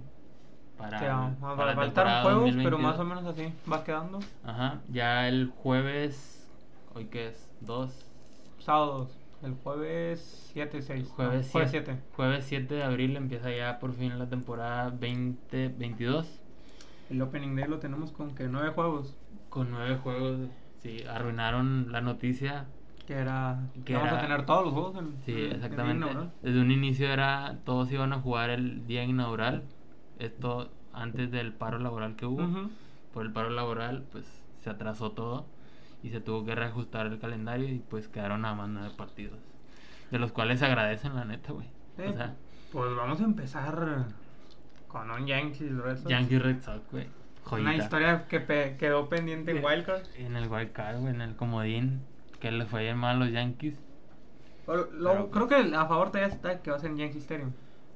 S1: para.
S2: te
S1: para
S2: va- va-
S1: la temporada
S2: faltaron juegos, pero
S1: 2022.
S2: más o menos así. Vas quedando.
S1: Ajá, ya el jueves. ¿Hoy qué es? ¿Dos?
S2: Sábados. El jueves 7, 6.
S1: Jueves,
S2: jueves
S1: 7,
S2: 7.
S1: jueves 7 de abril empieza ya por fin la temporada 2022
S4: El opening day lo tenemos con que nueve juegos.
S1: con nueve juegos. Sí, arruinaron la noticia.
S2: Que era.
S1: Que
S2: Que vamos
S1: era-
S2: a tener todos los juegos en.
S1: Sí,
S4: Mm, el día
S1: exactamente.
S4: inaugural.
S1: Desde un inicio era todos iban a jugar el día inaugural. Esto antes del paro laboral que hubo.
S2: Ujú.
S1: Por el paro laboral, pues se atrasó todo y se tuvo que reajustar el calendario y pues quedaron nada más nueve partidos. De los cuales se agradecen, la neta, güey.
S4: Eh,
S1: O sea,
S4: Pues vamos a empezar.
S2: Con un Yankees Red Sox.
S1: Yankee Red Sox, güey.
S2: Una
S1: Joyita.
S2: historia que pe- quedó pendiente en
S1: Sí.
S2: Wildcard.
S1: En el wild card, güey, en el comodín, que le fue bien mal a los Yankees.
S2: Pero lo-
S1: Pero,
S2: creo que el- a favor todavía está que va a ser en Yankee Stadium.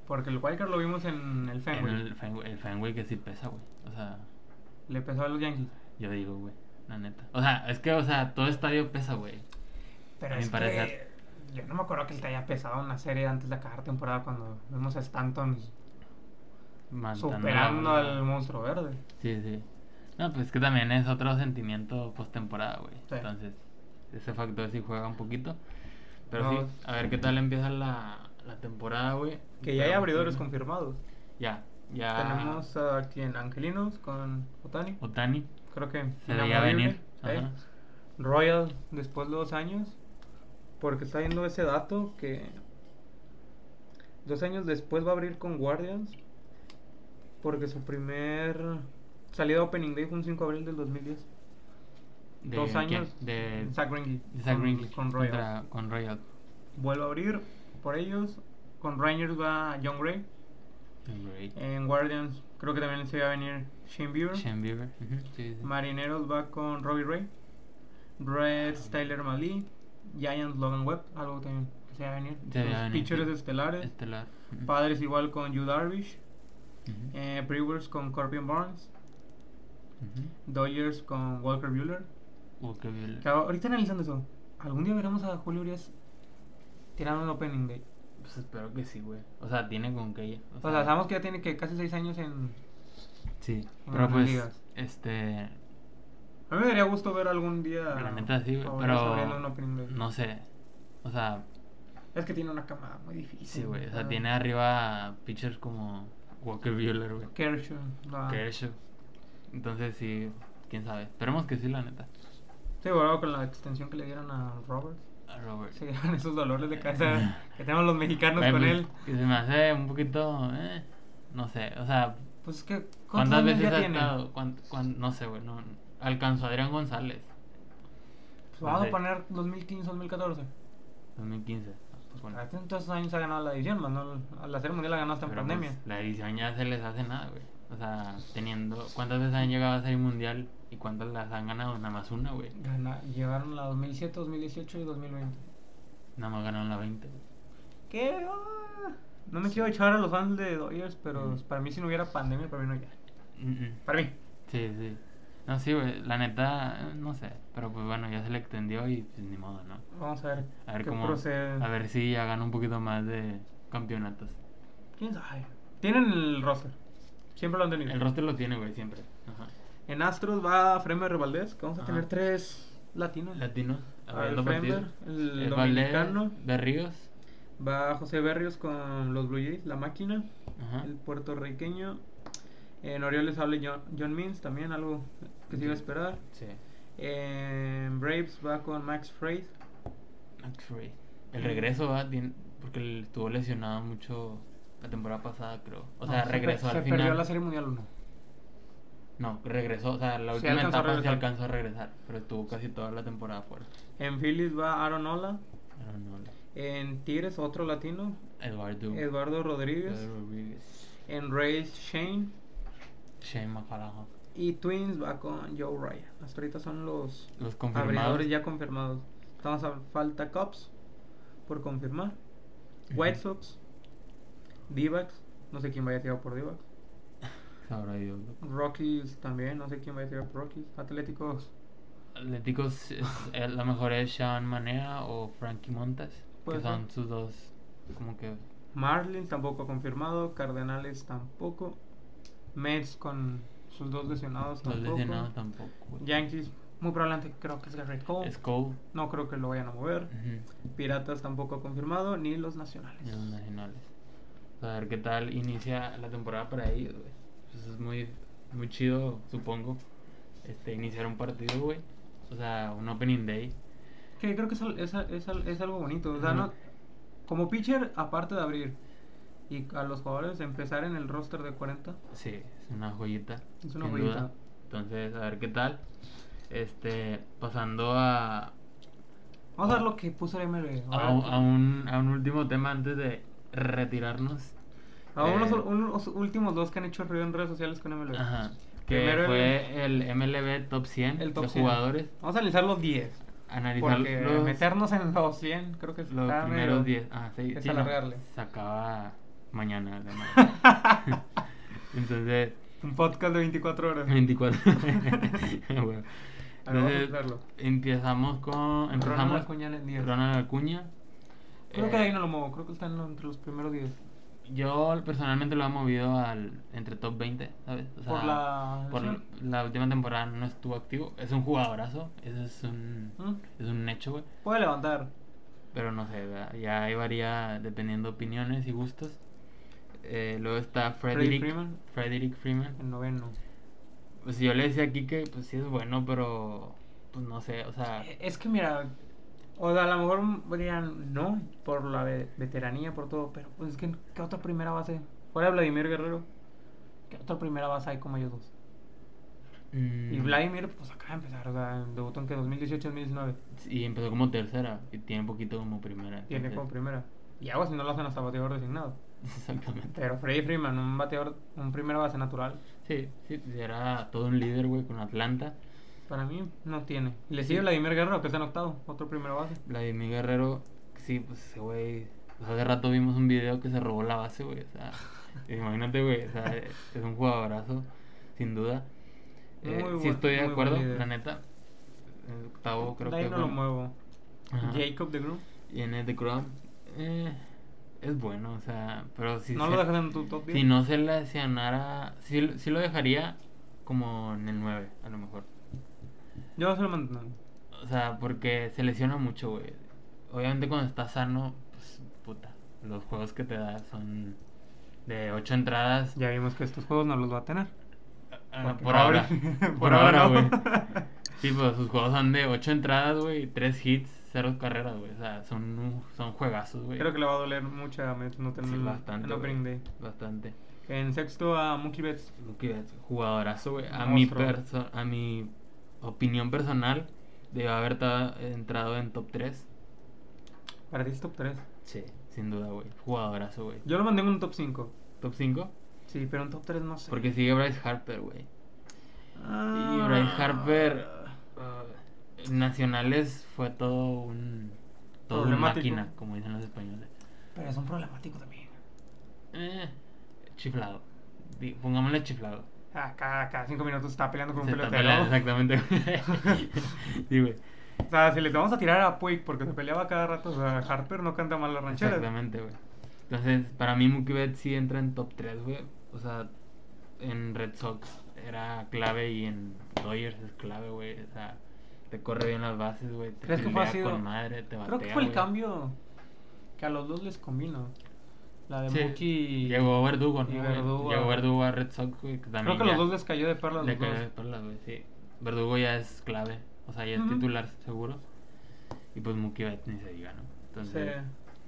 S2: Porque el Wildcard lo vimos en el Fenway.
S1: En el Fenway, el Fenway que sí pesa, güey. O sea,
S2: Le pesó a los Yankees.
S1: yo digo, güey, la neta. O sea, es que, o sea, todo estadio pesa, güey.
S2: Pero
S1: A mi
S2: es
S1: parecer.
S2: que yo no me acuerdo que él te haya pesado una serie antes de acabar temporada cuando vimos a Stanton
S1: Mantando la
S2: superando
S1: bola.
S2: al monstruo verde.
S1: Sí, sí. No, pues es que también es otro sentimiento postemporada, güey.
S2: Sí.
S1: Entonces, ese factor sí juega un poquito. Pero
S2: No.
S1: sí, a ver qué tal empieza la, la temporada, güey.
S2: Que ya hay
S1: Pero,
S2: abridores
S1: sí, Ah.
S2: confirmados.
S1: Ya, ya.
S2: Tenemos a quien Angelinos con Otani.
S1: Otani.
S2: Creo que
S1: Se veía
S2: inamovible,
S1: venir.
S2: ¿eh?
S1: Ajá.
S2: Royal después de dos años. Porque está viendo ese dato que dos años después va a abrir con Guardians. Porque su primer salida Opening Day fue un 5 de abril del 2010.
S1: De,
S2: dos
S1: ¿quién?
S2: años.
S1: De
S2: Zach Greinke.
S1: de Zach
S2: con-
S1: Greinke
S2: Con Royals.
S1: contra- con Royals.
S2: Vuelve a abrir por ellos. Con Rangers va John Gray.
S1: Great.
S2: En Guardians creo que también se va a venir Shane Eh, Bieber.
S1: Shane Bieber. ujú, sí, sí.
S2: Marineros va con Robbie Ray. Reds, Tyler Mali. Giants, Logan Webb. Algo también que se va a venir.
S1: Se veía
S2: Los
S1: venir,
S2: pitchers
S1: sí.
S2: estelares.
S1: Estelar. ujú,
S2: Padres igual con Yu Darvish.
S1: ujú,
S2: eh, Brewers con Corbin Barnes.
S1: ujú.
S2: Dodgers con Walker Bueller.
S1: Walker Buehler.
S2: Que ahorita analizando eso. ¿Algún día veremos a Julio Urias tirar un opening day?
S1: Pues espero que sí, güey. O sea, tiene con que ella.
S2: O sea, sabemos que ya tiene que casi 6 años en...
S1: Sí.
S2: en
S1: Pero
S2: las
S1: pues,
S2: ligas.
S1: este.
S2: A mí me daría gusto ver algún día...
S1: La neta sí, güey,
S2: a Urias
S1: pero-
S2: Ah, abriendo un opening day.
S1: No sé. O sea,
S2: Es que tiene una camada muy difícil.
S1: sí, güey. O sea,
S2: Ah.
S1: tiene arriba pitchers como Walker Bueller, güey.
S2: Kershaw. no.
S1: Kershaw. Entonces, sí, quién sabe. Esperemos que sí, la neta.
S2: Sí, bueno, con la extensión que le dieron a Roberts.
S1: A Robert.
S2: Se llevan esos dolores de cabeza que tenemos los mexicanos
S1: Güey,
S2: con
S1: pues,
S2: él.
S1: Que se me hace un poquito. eh, no sé. O sea,
S2: Pues es que, ¿cuántos
S1: ¿Cuántas
S2: años
S1: veces
S2: ya
S1: ha
S2: tiene?
S1: estado? ¿Cuán- cuán- no sé, güey. No, alcanzó a Adrián González.
S2: Pues vamos
S1: Sí.
S2: a poner 2015, 2014.
S1: 2015. Pues bueno.
S2: Hace Ah, todos esos años ha ganado la división, más no, a la Serie Mundial la ganó hasta en
S1: Pero,
S2: pandemia.
S1: pues, la edición ya se les hace nada, güey. O sea, teniendo. ¿Cuántas veces han llegado a Serie Mundial y cuántas las han ganado? Nada más una, güey.
S2: Gana- llegaron la 2007, 2018 y 2020.
S1: Nada más ganaron la 20. güey.
S2: ¿Qué? Ah, No me quiero echar a los fans de Dodgers, pero
S1: Mm.
S2: para mí si no hubiera pandemia, para mí no ya.
S1: Mm, mm.
S2: Para mí.
S1: Sí, sí. No, sí, güey. La neta, eh, no sé. Pero pues bueno, ya se le extendió y pues ni modo, ¿no?
S2: Vamos a ver,
S1: A ver
S2: qué
S1: cómo.
S2: procede.
S1: A ver si ya gana un poquito más de campeonatos.
S2: ¿Quién sabe? Tienen el roster. Siempre lo han tenido.
S1: El roster lo tiene, güey, siempre. Ajá.
S2: En Astros va Fremer Valdés, que vamos a
S1: Ajá.
S2: tener tres latinos.
S1: Latino.
S2: A ver,
S1: abriendo partido.
S2: Frember, el
S1: Eh, Valdés,
S2: dominicano.
S1: Berríos.
S2: va José Berrios con los Blue Jays, la máquina,
S1: Ajá.
S2: el puertorriqueño. En Orioles habla John, John Means, también algo que se iba a esperar.
S1: Sí.
S2: Eh, Braves va con Max Freed.
S1: Max Freed. El regreso va, tien- porque él estuvo lesionado mucho la temporada pasada, creo. O sea,
S2: No, Ah, se
S1: regresó al
S2: per- se perdió
S1: final.
S2: la Serie Mundial 1.
S1: No, regresó, o sea, la
S2: Sí
S1: última
S2: alcanzó a
S1: etapa se
S2: regresar.
S1: alcanzó a regresar, pero estuvo casi toda la temporada fuera.
S2: En Phillies va Aaron Ola.
S1: Pero no, no.
S2: En Tigres, otro latino.
S1: Eduardo.
S2: Eduardo Rodríguez.
S1: Eduardo Rodríguez.
S2: En Rays, Shane.
S1: Shane McCallaghan.
S2: Y Twins va con Joe Ryan. Hasta ahorita son los
S1: Los confirmados.
S2: abridores ya confirmados. Estamos a falta Cubs por confirmar.
S1: Ujú.
S2: White Sox. D-backs. No sé quién vaya a tirar por D-backs.
S1: Sabrá Dios. loco.
S2: Rockies también. No sé quién vaya a tirar por Rockies. Atléticos.
S1: Atléticos, es- eh, la mejor es Sean Manea o Frankie Montas,
S2: Puede
S1: que
S2: ser.
S1: son sus dos, como que
S2: Marlins tampoco confirmado. Cardenales tampoco. Mets con sus dos lesionados
S1: los
S2: tampoco.
S1: lesionados tampoco.
S2: Yankees, muy probablemente creo que es Garrett Cole.
S1: Es Cole.
S2: No creo que lo vayan a mover.
S1: ujú,
S2: Piratas tampoco confirmado, ni los nacionales.
S1: y los nacionales. A ver qué tal inicia la temporada para ellos, güey. Pues es muy, muy chido, supongo, este, iniciar un partido, güey. O sea, un opening day.
S2: Que creo que es, al- es al- es al- es algo bonito. O sea,
S1: Ujú.
S2: no- como pitcher, aparte de abrir y a los jugadores empezar en el roster de 40,
S1: Sí, es una joyita.
S2: Es una
S1: sin
S2: joyita.
S1: duda. Entonces, a ver qué tal. Este, pasando a,
S2: vamos a ver lo que puso el MLB.
S1: a,
S2: Ahora-
S1: un, a un- a un último tema antes de retirarnos.
S2: a unos,
S1: eh,
S2: unos últimos dos que han hecho ruido en redes sociales con MLB.
S1: Ajá, que
S2: Primero el-
S1: fue el, MLB Top 100
S2: El top
S1: de
S2: 100.
S1: jugadores.
S2: Vamos a analizar los 10.
S1: Analizar
S2: Porque
S1: los,
S2: meternos en los 100, creo que
S1: los
S2: está medio-
S1: primeros 10. Ah, sí,
S2: es
S1: sí, no,
S2: alargarle.
S1: se acaba mañana. la madre. Entonces,
S2: Un podcast de 24 horas.
S1: 24. Bueno.
S2: A ver, vamos a
S1: Entonces,
S2: empezarlo.
S1: empezamos con. Empezamos
S2: Ronald Acuña en el 10.
S1: Ronald Acuña.
S2: Creo
S1: Eh,
S2: que de ahí no lo muevo, creo que está en- entre los primeros 10.
S1: Yo personalmente lo he movido al entre top 20, ¿sabes? O sea,
S2: Por la
S1: por
S2: lesión.
S1: la última temporada no estuvo activo. Es un jugadorazo, eso es un,
S2: ¿Mm?
S1: es un hecho, güey.
S2: Puede levantar.
S1: Pero no sé, ¿verdad? ya ahí varía dependiendo opiniones y gustos. Eh, luego está
S2: Freddy
S1: Frederick
S2: Freeman.
S1: Frederick Freeman.
S2: En noveno.
S1: Pues yo le decía aquí que pues sí es bueno, pero pues no sé, o sea,
S2: Eh, Es que mira, o sea, a lo mejor dirían no, por la ve- veteranía, por todo, pero pues es que ¿qué otra primera base? Fuera de Vladimir Guerrero, ¿qué otra primera base hay como ellos dos? Y
S1: mm,
S2: Vladimir, pues acaba de empezar, o sea, debutó en que 2018-2019,
S1: y empezó como tercera y tiene poquito como primera.
S2: tiene
S1: entonces-
S2: como primera. Y algo si no lo hacen hasta bateador designado.
S1: Exactamente.
S2: Pero Freddy Freeman, un bateador, un primera base natural,
S1: Sí, sí, era todo un líder, güey, con Atlanta.
S2: Para mí no tiene. Le
S1: Sí.
S2: sigue Vladimir Guerrero, que está en octavo, otro primera base.
S1: Vladimir Guerrero, sí, pues ese güey. pues, hace rato vimos un video que se robó la base, güey. O sea, imagínate, güey. O sea, e, es un jugadorazo, sin duda. Eh,
S2: Muy
S1: sí,
S2: buen-
S1: estoy de
S2: muy buen
S1: acuerdo,
S2: líder.
S1: la neta. El octavo, creo
S2: de ahí
S1: que.
S2: no
S1: bueno.
S2: lo muevo.
S1: Ajá.
S2: Jacob de Gru.
S1: Y en el de Chrome, eh, es bueno, o sea, pero si.
S2: no
S1: se-
S2: lo dejas en tu top 10.
S1: Si no se lesionara. Sí, sí lo dejaría como en el 9, a lo mejor.
S2: Yo se lo mantengo.
S1: O sea, porque se lesiona mucho, güey. Obviamente cuando estás sano, pues puta. Los juegos que te da son de ocho entradas.
S2: Ya vimos que estos juegos no los va a tener.
S1: ah,
S2: porque
S1: por
S2: no
S1: ahora.
S2: abre.
S1: por,
S2: Por ahora
S1: ahora,
S2: no.
S1: güey. sí, pues sus juegos son de ocho entradas, güey. Tres hits, cero carreras, güey. O sea, son, un- son juegazos, güey.
S2: Creo que le va a doler mucho a Mets no tener
S1: sí,
S2: el-
S1: bastante.
S2: el opening
S1: güey,
S2: day.
S1: Bastante.
S2: En sexto a Mookie Betts.
S1: Mookie Betts, Jugadorazo, güey. A mi,
S2: Monstruo.
S1: perso- a mi opinión personal, debe haber ta- entrado en top 3.
S2: Para ti es top 3.
S1: Sí, sin duda, güey. Jugadorazo, güey.
S2: Yo lo mandé en un top 5.
S1: Top 5.
S2: Sí, pero un top 3 no sé.
S1: Porque sigue Bryce Harper, güey.
S2: Ah.
S1: Y Bryce Harper, ah, en Nacionales fue todo un. Todo una
S2: Problemático.
S1: máquina, como dicen los españoles.
S2: Pero es un problemático también.
S1: Eh, chiflado. Di- Pongámosle chiflado.
S2: Ah, cada, cada 5 minutos está peleando con un
S1: Se está
S2: pelotero.
S1: peleando, exactamente. sí, güey.
S2: O sea, si les vamos a tirar a Puig porque se peleaba cada rato, o sea, Harper no canta mal la ranchera.
S1: Exactamente, güey. Entonces, para mí Mookie Betts sí entra en top 3, güey. O sea, en Red Sox era clave y en Dodgers es clave, güey. O sea, te corre bien las bases, güey. Te
S2: ¿Crees que fue
S1: fildea
S2: así?
S1: con madre, te
S2: Creo que
S1: batea,
S2: fue el
S1: güey.
S2: cambio que a los dos les combinó. La de
S1: Sí,
S2: Mookie
S1: Llegó Verdugo, ¿no?
S2: y
S1: güey?
S2: Verdugo.
S1: Llegó Verdugo a Red Sox, güey. que
S2: Creo
S1: también
S2: que
S1: ya
S2: los dos les cayó de perlas
S1: le
S2: los dos.
S1: cayó de perlas, güey, sí. Verdugo ya es clave O sea, ya es
S2: Ujú.
S1: titular seguro. Y pues Mookie Betts ni se diga, ¿no? Entonces,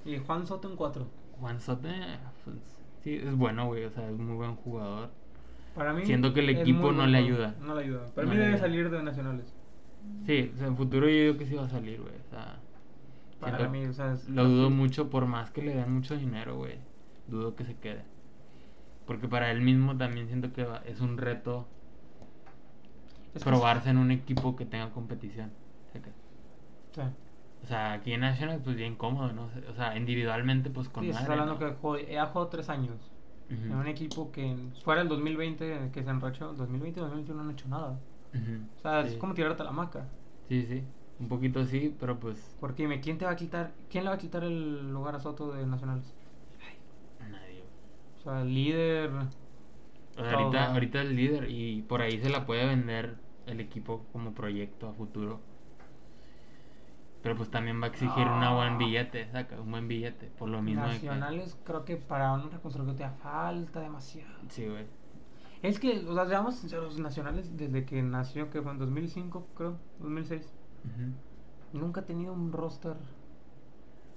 S2: Sí. Y Juan Soto en 4.
S1: Juan Soto, eh, pues, sí, es bueno, güey. O sea, es muy buen jugador.
S2: Para mí.
S1: Siento que el
S2: es
S1: equipo
S2: muy
S1: no le ayuda.
S2: No le ayuda. Para
S1: No
S2: mí
S1: le
S2: debe
S1: ayuda.
S2: salir de Nacionales.
S1: Sí, o sea, en futuro yo digo que sí va a salir, güey. O sea,
S2: Para
S1: siento-
S2: mí, o sea. es-
S1: Lo dudo mucho, por más que le den mucho dinero, güey. Dudo que se quede. Porque para él mismo también siento que va- es un reto
S2: es que-
S1: probarse en un equipo que tenga competición. O sea, que-
S2: Sí.
S1: o sea, aquí en National, pues bien cómodo, ¿no? O sea, individualmente, pues con
S2: Sí, estás
S1: madre,
S2: hablando
S1: ¿no?
S2: que jugó- eh, ha jugado 3 años.
S1: Ujú,
S2: En un equipo que fuera el 2020 que se enrachó, 2020 2021 no han hecho nada.
S1: ujú,
S2: O sea,
S1: sí.
S2: es como tirarte a la maca.
S1: Sí, sí. Un poquito sí, pero pues
S2: Porque dime, ¿quién te va a quitar, quién le va a quitar el lugar a Soto de Nacionales?
S1: nadie. güey.
S2: O sea, el líder.
S1: O sea,
S2: Todo,
S1: ahorita,
S2: güey.
S1: ahorita es el líder y por ahí se la puede vender el equipo como proyecto a futuro. Pero pues también va a exigir una buen
S2: No.
S1: billete, saca, un buen billete, por lo mismo. de que-
S2: Ah. Nacionales, creo que para una reconstrucción te falta demasiado.
S1: Sí, güey.
S2: Es que, o sea, seamos sinceros, Nacionales desde que nació, que fue en 2005, creo, 2006,
S1: Ujú.
S2: nunca ha tenido un roster.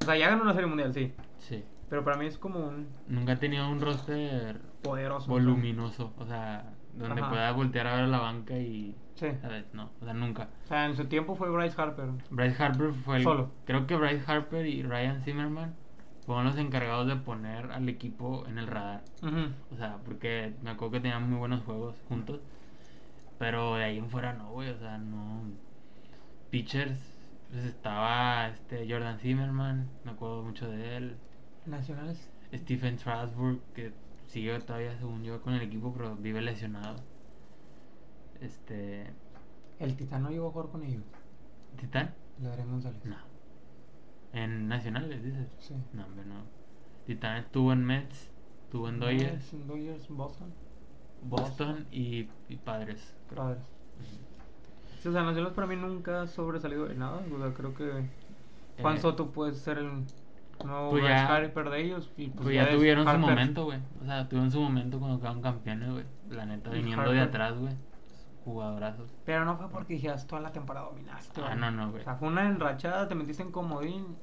S2: O sea, ya ganó una serie mundial, sí.
S1: Sí.
S2: Pero para mí es como un
S1: Nunca ha tenido un roster
S2: poderoso. ¿no?
S1: voluminoso, o sea, donde
S2: Ajá.
S1: pueda voltear a ver a la banca y...
S2: Sí.
S1: ¿Sabes? No, o sea, nunca.
S2: O sea, en su tiempo fue Bryce Harper.
S1: Bryce Harper fue el...
S2: Solo.
S1: Creo que Bryce Harper y Ryan Zimmerman fueron los encargados de poner al equipo en el radar.
S2: Ujú.
S1: O sea, porque me acuerdo que tenían muy buenos juegos juntos. Pero de ahí en fuera no, güey. O sea, no. Pitchers, pues estaba este Jordan Zimmerman, me acuerdo mucho de él.
S2: Nacionales.
S1: Stephen Strasburg, que sigue todavía, según yo, con el equipo, pero vive lesionado. Este.
S2: El Titán no llegó a jugar con ellos.
S1: ¿Titán?
S2: Le daré González.
S1: No. En Nacionales, dices.
S2: Sí.
S1: No, hombre, no. Titán estuvo en Mets, estuvo en Dodgers,
S2: En Dodgers, Boston.
S1: Boston y, y Padres. creo.
S2: Padres. Sí, o sea, Nacionales para mí nunca ha sobresalido de nada. O sea, creo que Juan
S1: Eh,
S2: Soto puede ser el nuevo
S1: pues
S2: Bryce
S1: ya-
S2: Harper de ellos. Y pues,
S1: Pues ya
S2: es
S1: tuvieron su
S2: Harper.
S1: momento, güey. O sea, tuvieron su momento cuando quedaron campeones, güey. La neta,
S2: Y
S1: viniendo de
S2: Harper.
S1: atrás, güey. Jugadorazos.
S2: Pero no fue porque dijeras toda la temporada dominaste.
S1: Ah,
S2: güey".
S1: no, no, güey.
S2: O sea, fue una enrachada, te metiste en comodín.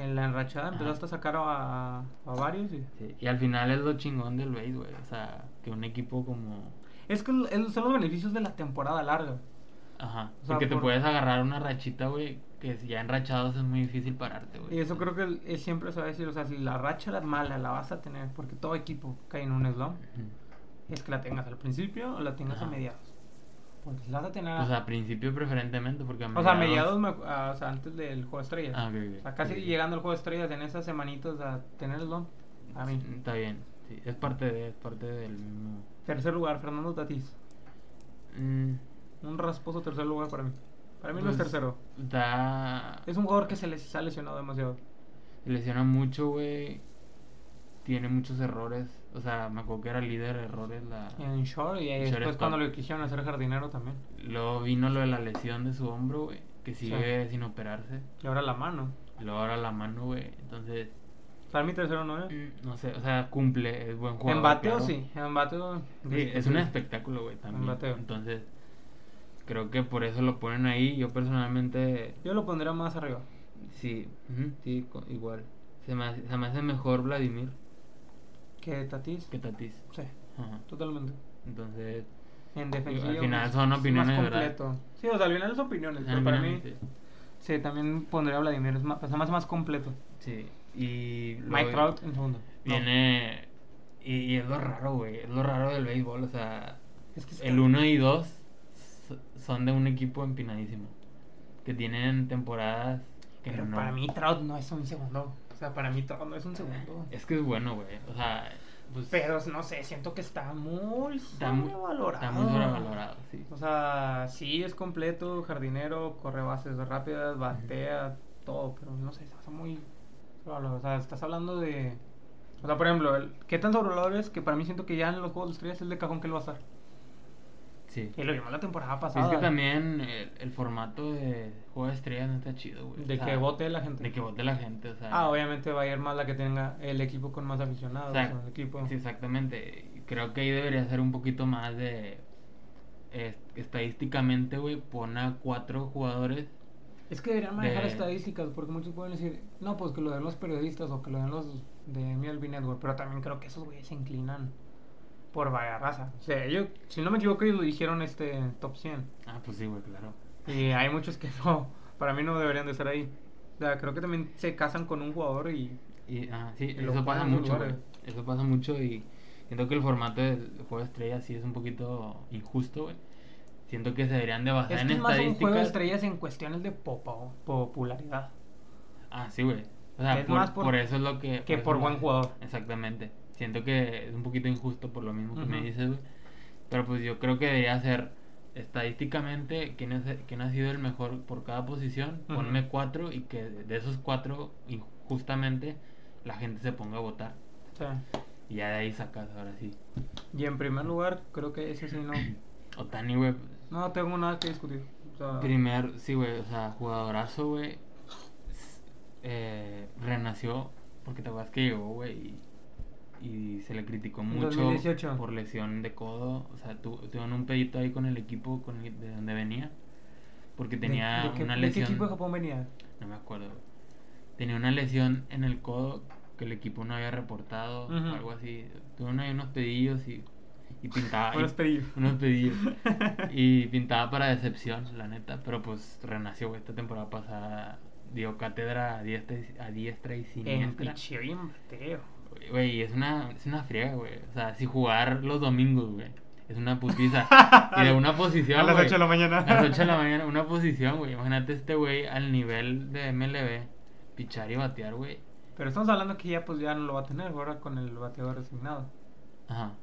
S2: En la enrachada
S1: Ajá.
S2: empezaste a sacar a, a varios. Y...
S1: Sí, Y al final es lo chingón del base, güey. O sea, que un equipo como.
S2: Es que es- son los beneficios de la temporada larga.
S1: Ajá.
S2: O sea,
S1: Porque te
S2: por-
S1: puedes agarrar una rachita, güey. Que si ya enrachados es muy difícil pararte, güey.
S2: Y eso creo que el- es- siempre se va a decir, o sea, si la racha la mala la vas a tener, porque todo equipo cae en un slump,
S1: Ujú.
S2: es que la tengas al principio o la tengas a
S1: Ajá.
S2: mediados. Porque si la vas a tener... a-
S1: O sea, a principio preferentemente, porque a
S2: Ah. o sea, a mediados, me acu- ah, o sea, antes del juego de estrellas.
S1: Ah, ok, ok.
S2: O sea, casi
S1: Sí, sí.
S2: llegando al juego de estrellas en esas semanitas a tener el slump, a mí.
S1: Sí, Está bien. Sí, es parte de. Es parte del mismo.
S2: Tercer lugar, Fernando Tatís.
S1: Mm,
S2: Un rasposo tercer lugar para mí. Para mí no
S1: Pues-
S2: es tercero.
S1: Da.
S2: Es un jugador que se les ha lesionado demasiado.
S1: Se lesiona mucho, güey. Tiene muchos errores. O sea, me acuerdo que era líder de errores. La...
S2: En short y ahí después
S1: Shortstop.
S2: cuando lo quisieron hacer jardinero también.
S1: Luego vino lo de la lesión de su hombro, güey. Que sigue sin operarse.
S2: Y ahora la mano.
S1: Luego ahora la mano, güey. Entonces,
S2: Para mí tercero no es.
S1: mm, no sé. O sea, cumple. Es buen jugador.
S2: Ah. En bateo
S1: claro.
S2: sí, en bateo.
S1: Sí, es un espectáculo, güey, también.
S2: bateo.
S1: Entonces, creo que por eso lo ponen ahí. Yo personalmente
S2: Yo lo pondría más arriba.
S1: Sí, ujú, sí, co- igual. Se me, hace, se me hace mejor Vladimir
S2: Que Tatis.
S1: que Tatis.
S2: Sí,
S1: Ajá.
S2: totalmente.
S1: Entonces,
S2: En
S1: Digo,
S2: defensiva.
S1: al final
S2: más-
S1: son
S2: más
S1: opiniones, ¿verdad?
S2: completo. Sí, o sea, al final son opiniones. Pero para mí,
S1: genuinamente,
S2: sí, también pondría a Vladimir. Es más, o sea, más, más completo.
S1: sí. Y
S2: Mike
S1: luego
S2: Trout en segundo. No.
S1: Viene. Y, y es lo raro, güey. Es lo raro del béisbol. O sea,
S2: Es que es
S1: el 1 y 2 son de un equipo empinadísimo. Que tienen temporadas que
S2: Pero
S1: no. Eh,
S2: para mí Trout no es un segundo. O sea, para mí Trout no es un segundo.
S1: Es que es bueno, güey. O sea, pues,
S2: Pero no sé, siento que está muy
S1: está, mu-
S2: sobrevalorado.
S1: está muy sobrevalorado, sí.
S2: O sea, sí es completo, jardinero, corre bases rápidas, batea, todo, pero no sé, se me hace muy... sobrevalorado. O sea, estás hablando de... O sea, por ejemplo, el, ¿qué tan sobrevalorado es que para mí siento que ya en los Juegos de Estrellas es el de cajón que él va a estar?
S1: Sí.
S2: Y lo vimos la temporada
S1: Sí, es
S2: pasada.
S1: que también el, el formato de Juego de Estrellas no está chido, güey.
S2: De
S1: O sea,
S2: que vote la gente.
S1: De que vote la gente, o sea.
S2: Ah, obviamente va a ir más la que tenga el equipo con más aficionados.
S1: O sea,
S2: el equipo.
S1: Sí, exactamente. Creo que ahí debería ser un poquito más de es- estadísticamente, güey, pone a cuatro jugadores.
S2: Es que deberían manejar
S1: de-
S2: estadísticas, porque muchos pueden decir, no, pues que lo den los periodistas o que lo den los de MLB Network, pero también creo que esos güeyes se inclinan por vaga raza. O sea, ellos, si no me equivoco, ellos dijeron este top 100.
S1: Ah, pues sí, güey, claro.
S2: Y hay muchos que no, para mí no deberían de estar ahí. O sea, creo que también se casan con un jugador y
S1: Y, ah, sí,
S2: Y lo
S1: eso pasa
S2: ponen en
S1: mucho, güey.
S2: lugares.
S1: Eso pasa mucho y siento que el formato del juego de estrellas sí es un poquito injusto, güey. Siento que se deberían de basar
S2: es
S1: en
S2: que es más un
S1: estadísticas.
S2: juego de estrellas en cuestiones de popa- popularidad.
S1: Ah, sí, güey. O sea,
S2: Es
S1: por,
S2: más por-
S1: por eso es lo que...
S2: que
S1: eso
S2: por
S1: lo-
S2: buen jugador.
S1: Exactamente. Siento que es un poquito injusto por lo mismo que me
S2: Ujú.
S1: dices, güey. Pero pues yo creo que debería ser estadísticamente quién, es, quién ha sido el mejor por cada posición.
S2: Ujú.
S1: Ponme cuatro y que de esos cuatro, injustamente, la gente se ponga a votar.
S2: O sea,
S1: Y ya de ahí sacas, ahora sí.
S2: y en primer lugar, creo que ese sí no.
S1: Otani, güey.
S2: No tengo nada que discutir. O sea,
S1: Primer, sí, güey. O sea, jugadorazo, güey. S- eh, renació porque te acuerdas que llegó, güey. Y, y se le criticó
S2: En
S1: mucho
S2: 2018.
S1: por lesión de codo. O sea, tu, tuvieron un pedito ahí con el equipo con el- de donde venía. Porque
S2: ¿de-
S1: tenía
S2: de qué-
S1: una
S2: ¿De qué
S1: lesión.
S2: equipo de Japón venía?
S1: No me acuerdo. güey. Tenía una lesión en el codo que el equipo no había reportado,
S2: Ujú.
S1: algo así. Tuvieron ahí unos pedillos y, y pintaba.
S2: Buenos
S1: y-
S2: pedillos.
S1: unos pedillos. Y pintaba para decepción, la neta. Pero pues renació, güey. Esta temporada pasada dio cátedra a diestra y, a diestra y
S2: En
S1: siniestra.
S2: picheo y en bateo.
S1: Güey, y es una, es una friega, güey. O sea, si jugar los domingos, güey. Es una putiza. y de una posición.
S2: A las
S1: güey.
S2: 8 de la mañana.
S1: A las 8 de la mañana, una posición, güey. Imagínate este güey al nivel de MLB. Pichar y batear, güey.
S2: Pero estamos hablando que ya pues ya no lo va a tener ahora con el bateador resignado.
S1: Ajá.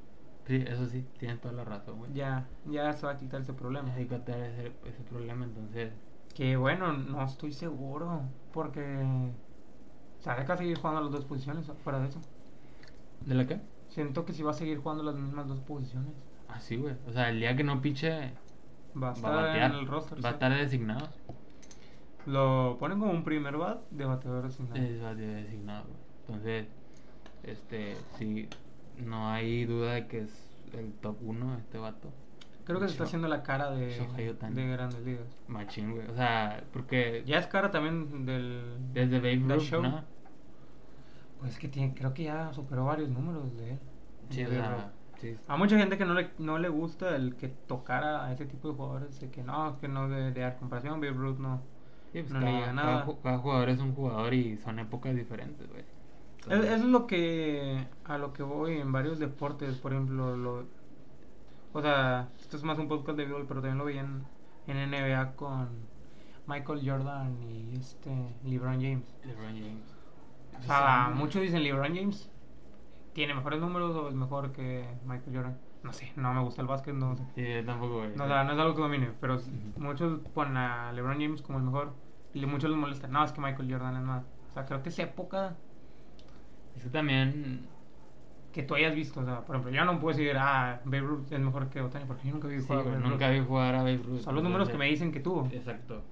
S1: Sí, eso sí, tienes toda la razón, güey.
S2: Ya, ya se va a quitar ese problema.
S1: Hay que tratar ese, ese problema, entonces.
S2: Que bueno, no estoy seguro. Porque se va a seguir jugando las dos posiciones fuera de eso.
S1: ¿De la qué?
S2: Siento que si va a seguir jugando las mismas dos posiciones.
S1: Así, güey. O sea, el día que no piche,
S2: Va a
S1: va a
S2: estar
S1: batear.
S2: en el roster.
S1: va a
S2: sí.
S1: estar designado.
S2: Lo ponen como un primer bat de bateador resignado.
S1: Es bate- designado, güey. Entonces, este, sí, no hay duda de que es el top 1 este vato.
S2: Creo que se está
S1: Sho-
S2: haciendo la cara de,
S1: Shohei Ohtani.
S2: de grandes ligas.
S1: Machín, güey. O sea, porque
S2: Ya es cara también del.
S1: desde Babe
S2: del
S1: Ruth,
S2: show.
S1: ¿no?
S2: Pues que tiene, creo que ya superó varios números de él.
S1: Sí,
S2: De
S1: o
S2: Babe
S1: sea,
S2: Ruth.
S1: sí.
S2: A mucha gente que no le, no le gusta el que tocara a ese tipo de jugadores, de que no, es que no de, de dar comparación, Babe Ruth no.
S1: Sí, pues
S2: no le
S1: cada,
S2: llega
S1: cada
S2: nada.
S1: ju- cada jugador es un jugador y son épocas diferentes, güey.
S2: Es,
S1: Entonces,
S2: es lo que a lo que voy en varios deportes, por ejemplo, lo, o sea, esto es más un podcast de béisbol, pero también lo vi en, en NBA con Michael Jordan y este LeBron James.
S1: LeBron James.
S2: O
S1: Pues,
S2: sea,
S1: sí.
S2: muchos dicen LeBron James tiene mejores números o es mejor que Michael Jordan. No sé, no me gusta el básquet, no sé.
S1: Sí, yo tampoco, güey.
S2: No, o sea, no es algo que domine, pero s-
S1: Ujú.
S2: muchos ponen a LeBron James como el mejor y le- muchos les molesta. No, es que Michael Jordan es más. O sea, creo que esa época
S1: Es que también
S2: que tú hayas visto, o sea, por ejemplo, yo no puedo decir, ah, Babe Ruth es mejor que Otani, porque yo nunca vi
S1: Sí,
S2: jugar a
S1: güey,
S2: Babe
S1: nunca
S2: Ruth.
S1: vi jugar a Babe Ruth.
S2: Son los números que me
S1: entonces-
S2: dicen que tuvo.
S1: Exacto.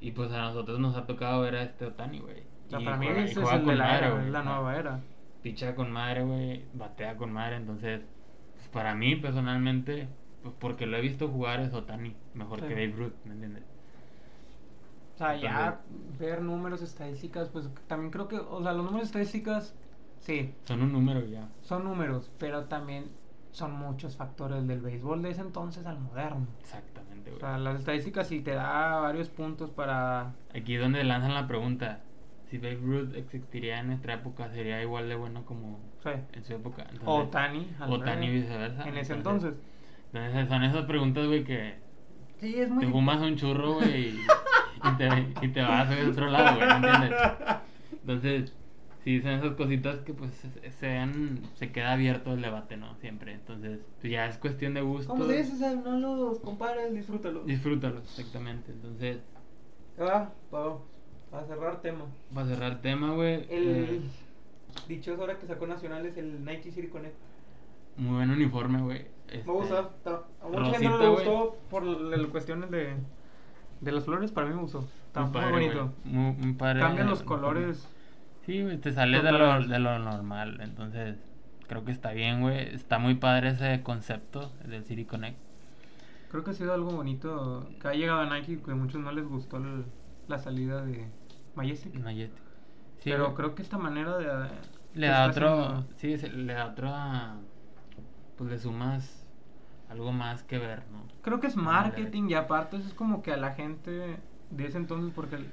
S1: Y pues a nosotros nos ha tocado ver a este Otani, güey.
S2: O sea,
S1: Y
S2: para mí
S1: juega- y
S2: ese es
S1: juega
S2: el de
S1: con
S2: la
S1: madre,
S2: era,
S1: güey.
S2: es la
S1: Ajá.
S2: nueva era.
S1: Picha con madre, güey. Batea con madre. Entonces, pues, para mí personalmente, pues porque lo he visto jugar es Otani. Mejor
S2: Sí.
S1: que Babe Ruth, ¿me entiendes?
S2: O sea, ya ver números, estadísticas, pues también creo que, o sea, los números, estadísticas, sí,
S1: Son un número ya.
S2: son números, pero también son muchos factores del béisbol de ese entonces al moderno.
S1: Exactamente,
S2: O
S1: güey.
S2: sea, las estadísticas sí te da varios puntos para...
S1: Aquí es donde lanzan la pregunta. Si Babe Ruth existiría en nuestra época, ¿sería igual de bueno como
S2: O sea,
S1: en su época? Entonces,
S2: o Tani. al
S1: O Tani
S2: revés,
S1: viceversa.
S2: En ese entonces.
S1: Entonces son esas preguntas, güey, que
S2: Sí, es
S1: te
S2: muy...
S1: fumas un churro, güey, y, y te, y te vas a otro lado, güey, ¿me entiendes? Entonces, sí, son esas cositas que pues se- sean, se queda abierto el debate, ¿no? Siempre. Entonces, pues, ya es cuestión de gusto.
S2: Como se dice, o sea, no los compares, disfrútalo.
S1: Disfrútalo, exactamente. Entonces,
S2: Ah, para, cerrar tema.
S1: para cerrar el tema, güey. eh,
S2: El dichoso ahora que sacó Nacionales el Nike City Connect.
S1: muy buen uniforme, güey. este,
S2: Me gusta. ta- A mucha gente no le
S1: Rosita, güey.
S2: gustó por l- las cuestiones de, de las flores, para mí me gustó. Está muy,
S1: padre, güey,
S2: bonito.
S1: Muy, muy padre.
S2: Cambian
S1: eh,
S2: los
S1: muy
S2: colores.
S1: Sí, güey, te sales de lo,
S2: Totalmente.
S1: de lo normal, entonces creo que está bien, güey. Está muy padre ese concepto del City Connect.
S2: creo que ha sido algo bonito que ha llegado a Nike, que a muchos no les gustó el- la salida de Majestic.
S1: Majestic. Sí,
S2: pero
S1: güey.
S2: creo que esta manera de...
S1: Le
S2: que
S1: da
S2: está
S1: otro.
S2: haciendo-
S1: Sí, se- le da otra. Pues le sumas algo más que ver, ¿no?
S2: Creo que es
S1: Ándale.
S2: marketing y aparte eso es como que a la gente de ese entonces, porque el,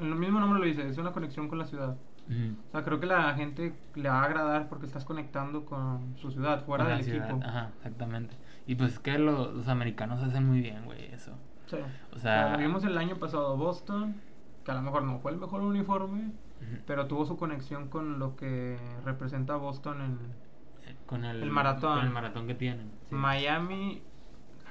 S2: el mismo nombre lo dice, es una conexión con la ciudad.
S1: Ujú.
S2: O sea, creo que la gente le va a agradar porque estás conectando con su ciudad, fuera
S1: Con la
S2: del
S1: ciudad,
S2: equipo.
S1: Ajá, exactamente. Y pues es que lo- los americanos hacen muy bien, güey, eso.
S2: Sí.
S1: O sea-
S2: Como vimos el año pasado Boston, que a lo mejor no fue el mejor uniforme,
S1: Ujú.
S2: pero tuvo su conexión con lo que representa Boston en
S1: Eh, con el,
S2: el maratón.
S1: Con el maratón que tienen. sí.
S2: Miami.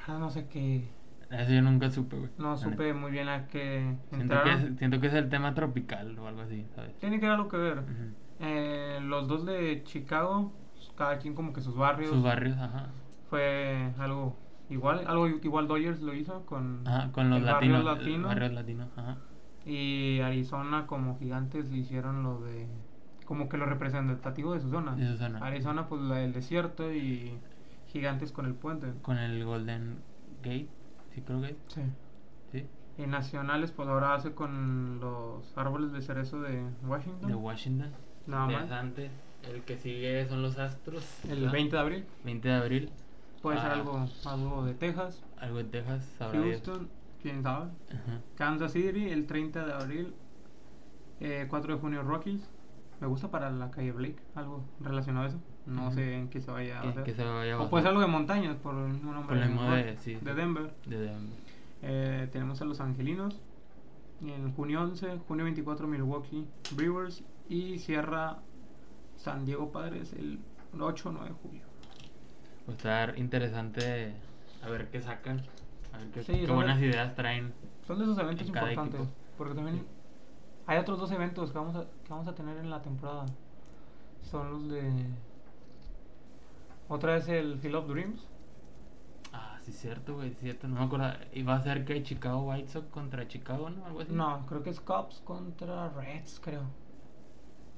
S2: Ahora no sé qué.
S1: Eso yo nunca supe, güey.
S2: No
S1: la
S2: supe
S1: neta.
S2: muy bien a qué
S1: Siento que,
S2: entraron.
S1: es, siento que es el tema tropical o algo así, ¿sabes?
S2: Tiene que haber algo que ver.
S1: Ujú.
S2: Eh, los dos de Chicago, pues, cada quien como que sus barrios.
S1: Sus barrios, ajá.
S2: Fue algo igual, algo igual Dodgers lo hizo con,
S1: Ajá, con los
S2: el barrio
S1: latinos.
S2: latino.
S1: Barrios latinos, ajá.
S2: Y Arizona como gigantes hicieron lo de... Como que lo representativo de su zona.
S1: De su zona.
S2: Arizona pues la del desierto y gigantes con el puente.
S1: Con el Golden Gate, sí creo que es,
S2: Sí.
S1: sí.
S2: Y nacionales pues ahora hace con los árboles de cerezo de Washington.
S1: De Washington.
S2: Nada
S1: De
S2: más.
S1: antes. El que sigue son los Astros.
S2: El
S1: ¿verdad?
S2: 20 de abril.
S1: 20 de abril.
S2: Puede ser
S1: Ah.
S2: algo, algo de Texas.
S1: Algo en Texas, sabrá Dios.
S2: Houston, quién sabe.
S1: Ajá.
S2: Kansas City el 30 de abril, eh, 4 de junio Rockies. Me gusta para la calle Blake, algo relacionado a eso. No
S1: Ujú.
S2: sé en qué se vaya a
S1: Que-
S2: hacer.
S1: que se vaya a
S2: o
S1: basar.
S2: puede ser algo de montañas, por un nombre
S1: Por lo mismo
S2: mejor,
S1: de- sí, sí.
S2: de Denver.
S1: De Denver.
S2: Eh, tenemos a Los Angelinos. Y En junio 11, junio 24 Milwaukee Brewers. Y cierra San Diego Padres el 8 o 9 de julio.
S1: Va a estar interesante a ver qué sacan. A ver qué,
S2: Sí,
S1: qué
S2: son
S1: buenas
S2: de-
S1: ideas traen.
S2: Son de esos eventos
S1: En cada
S2: importantes.
S1: equipo.
S2: Porque también
S1: Sí.
S2: hay otros dos eventos que vamos, a, que vamos a tener en la temporada. Son los de. Otra vez el Field of Dreams.
S1: Ah, sí, cierto, güey, sí, cierto. No me acuerdo. Iba a ser que Chicago White Sox contra Chicago, ¿no? Algo así.
S2: No, creo que es Cubs contra Reds, creo.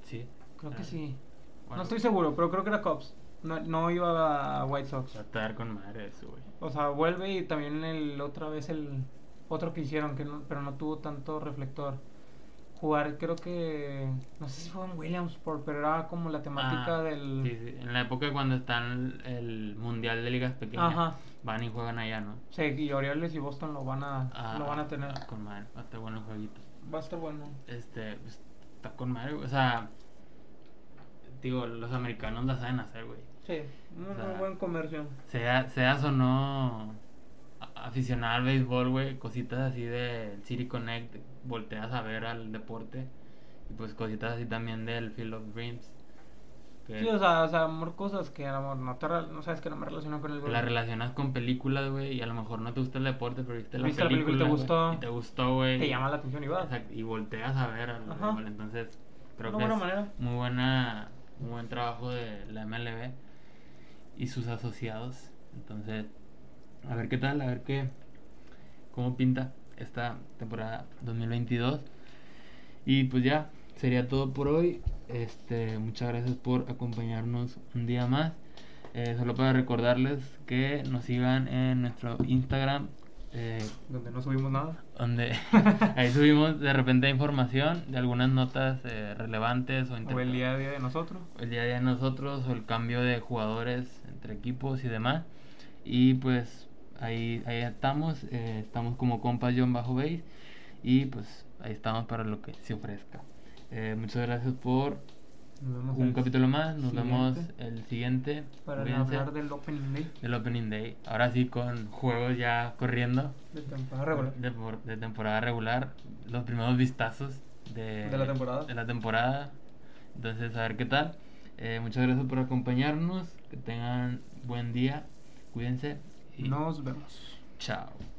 S1: Sí.
S2: Creo que
S1: Ah,
S2: sí.
S1: bueno,
S2: No estoy seguro, pero creo que era Cubs. No, no iba a White Sox.
S1: Va a estar con madre eso, güey.
S2: O sea, vuelve y también el otra vez el otro que hicieron, que no- pero no tuvo tanto reflector. Jugar, creo que. No sé si fue en Williamsport, pero era como la temática
S1: Ah,
S2: del.
S1: sí, sí, En la época cuando están el Mundial de Ligas Pequeñas,
S2: Ajá.
S1: van y juegan allá, ¿no?
S2: Sí, y Orioles y Boston lo van a,
S1: Ah,
S2: lo van a tener.
S1: Con madre, va a estar bueno el jueguito.
S2: Va a estar bueno.
S1: Este, pues, está con madre, güey. O sea, digo, los americanos la saben hacer, güey.
S2: Sí, un
S1: O sea,
S2: muy buen comercio.
S1: Sea, seas o no a- aficionado al béisbol, güey, cositas así del City Connect, volteas a ver al deporte. Y pues cositas así también del Field of Dreams. que
S2: Sí, o sea, o sea, amor, cosas que amor, no, te, rel- no sabes que no me relaciono con el
S1: la
S2: gobierno.
S1: relacionas con películas, güey, y a lo mejor no te gusta el deporte, pero viste la
S2: Viste la película
S1: película,
S2: y te
S1: güey,
S2: gustó.
S1: y te gustó, güey.
S2: Te llama la atención y vas.
S1: Exacto, y volteas a ver al
S2: Ajá.
S1: béisbol, entonces creo
S2: Una
S1: que
S2: buena
S1: es
S2: manera.
S1: muy buena muy buen trabajo de la MLB y sus asociados. Entonces, a ver qué tal, a ver qué cómo pinta esta temporada 2022. Y pues ya, sería todo por hoy. Este, muchas gracias por acompañarnos un día más. Eh, solo para recordarles que nos sigan en nuestro Instagram, eh,
S2: Donde no subimos nada.
S1: donde ahí subimos de repente información de algunas notas eh, relevantes o,
S2: O
S1: interesantes
S2: el día a día de nosotros.
S1: el día a día de nosotros o el cambio de jugadores entre equipos y demás. Y pues ahí, ahí estamos, eh, estamos como compas John Bajo Base y pues ahí estamos para lo que se ofrezca. Eh, muchas gracias por
S2: Nos vemos
S1: un
S2: el
S1: capítulo más, nos vemos
S2: siguiente
S1: el siguiente.
S2: Para
S1: Cuídense.
S2: hablar del Opening Day
S1: del Opening Day. Ahora sí con juegos ya corriendo
S2: de temporada regular.
S1: de, por- de temporada regular, los primeros vistazos de,
S2: De la temporada.
S1: de la temporada. Entonces, a ver qué tal. Eh, muchas gracias por acompañarnos. Que tengan buen día. Cuídense. Y
S2: Nos vemos.
S1: Chao.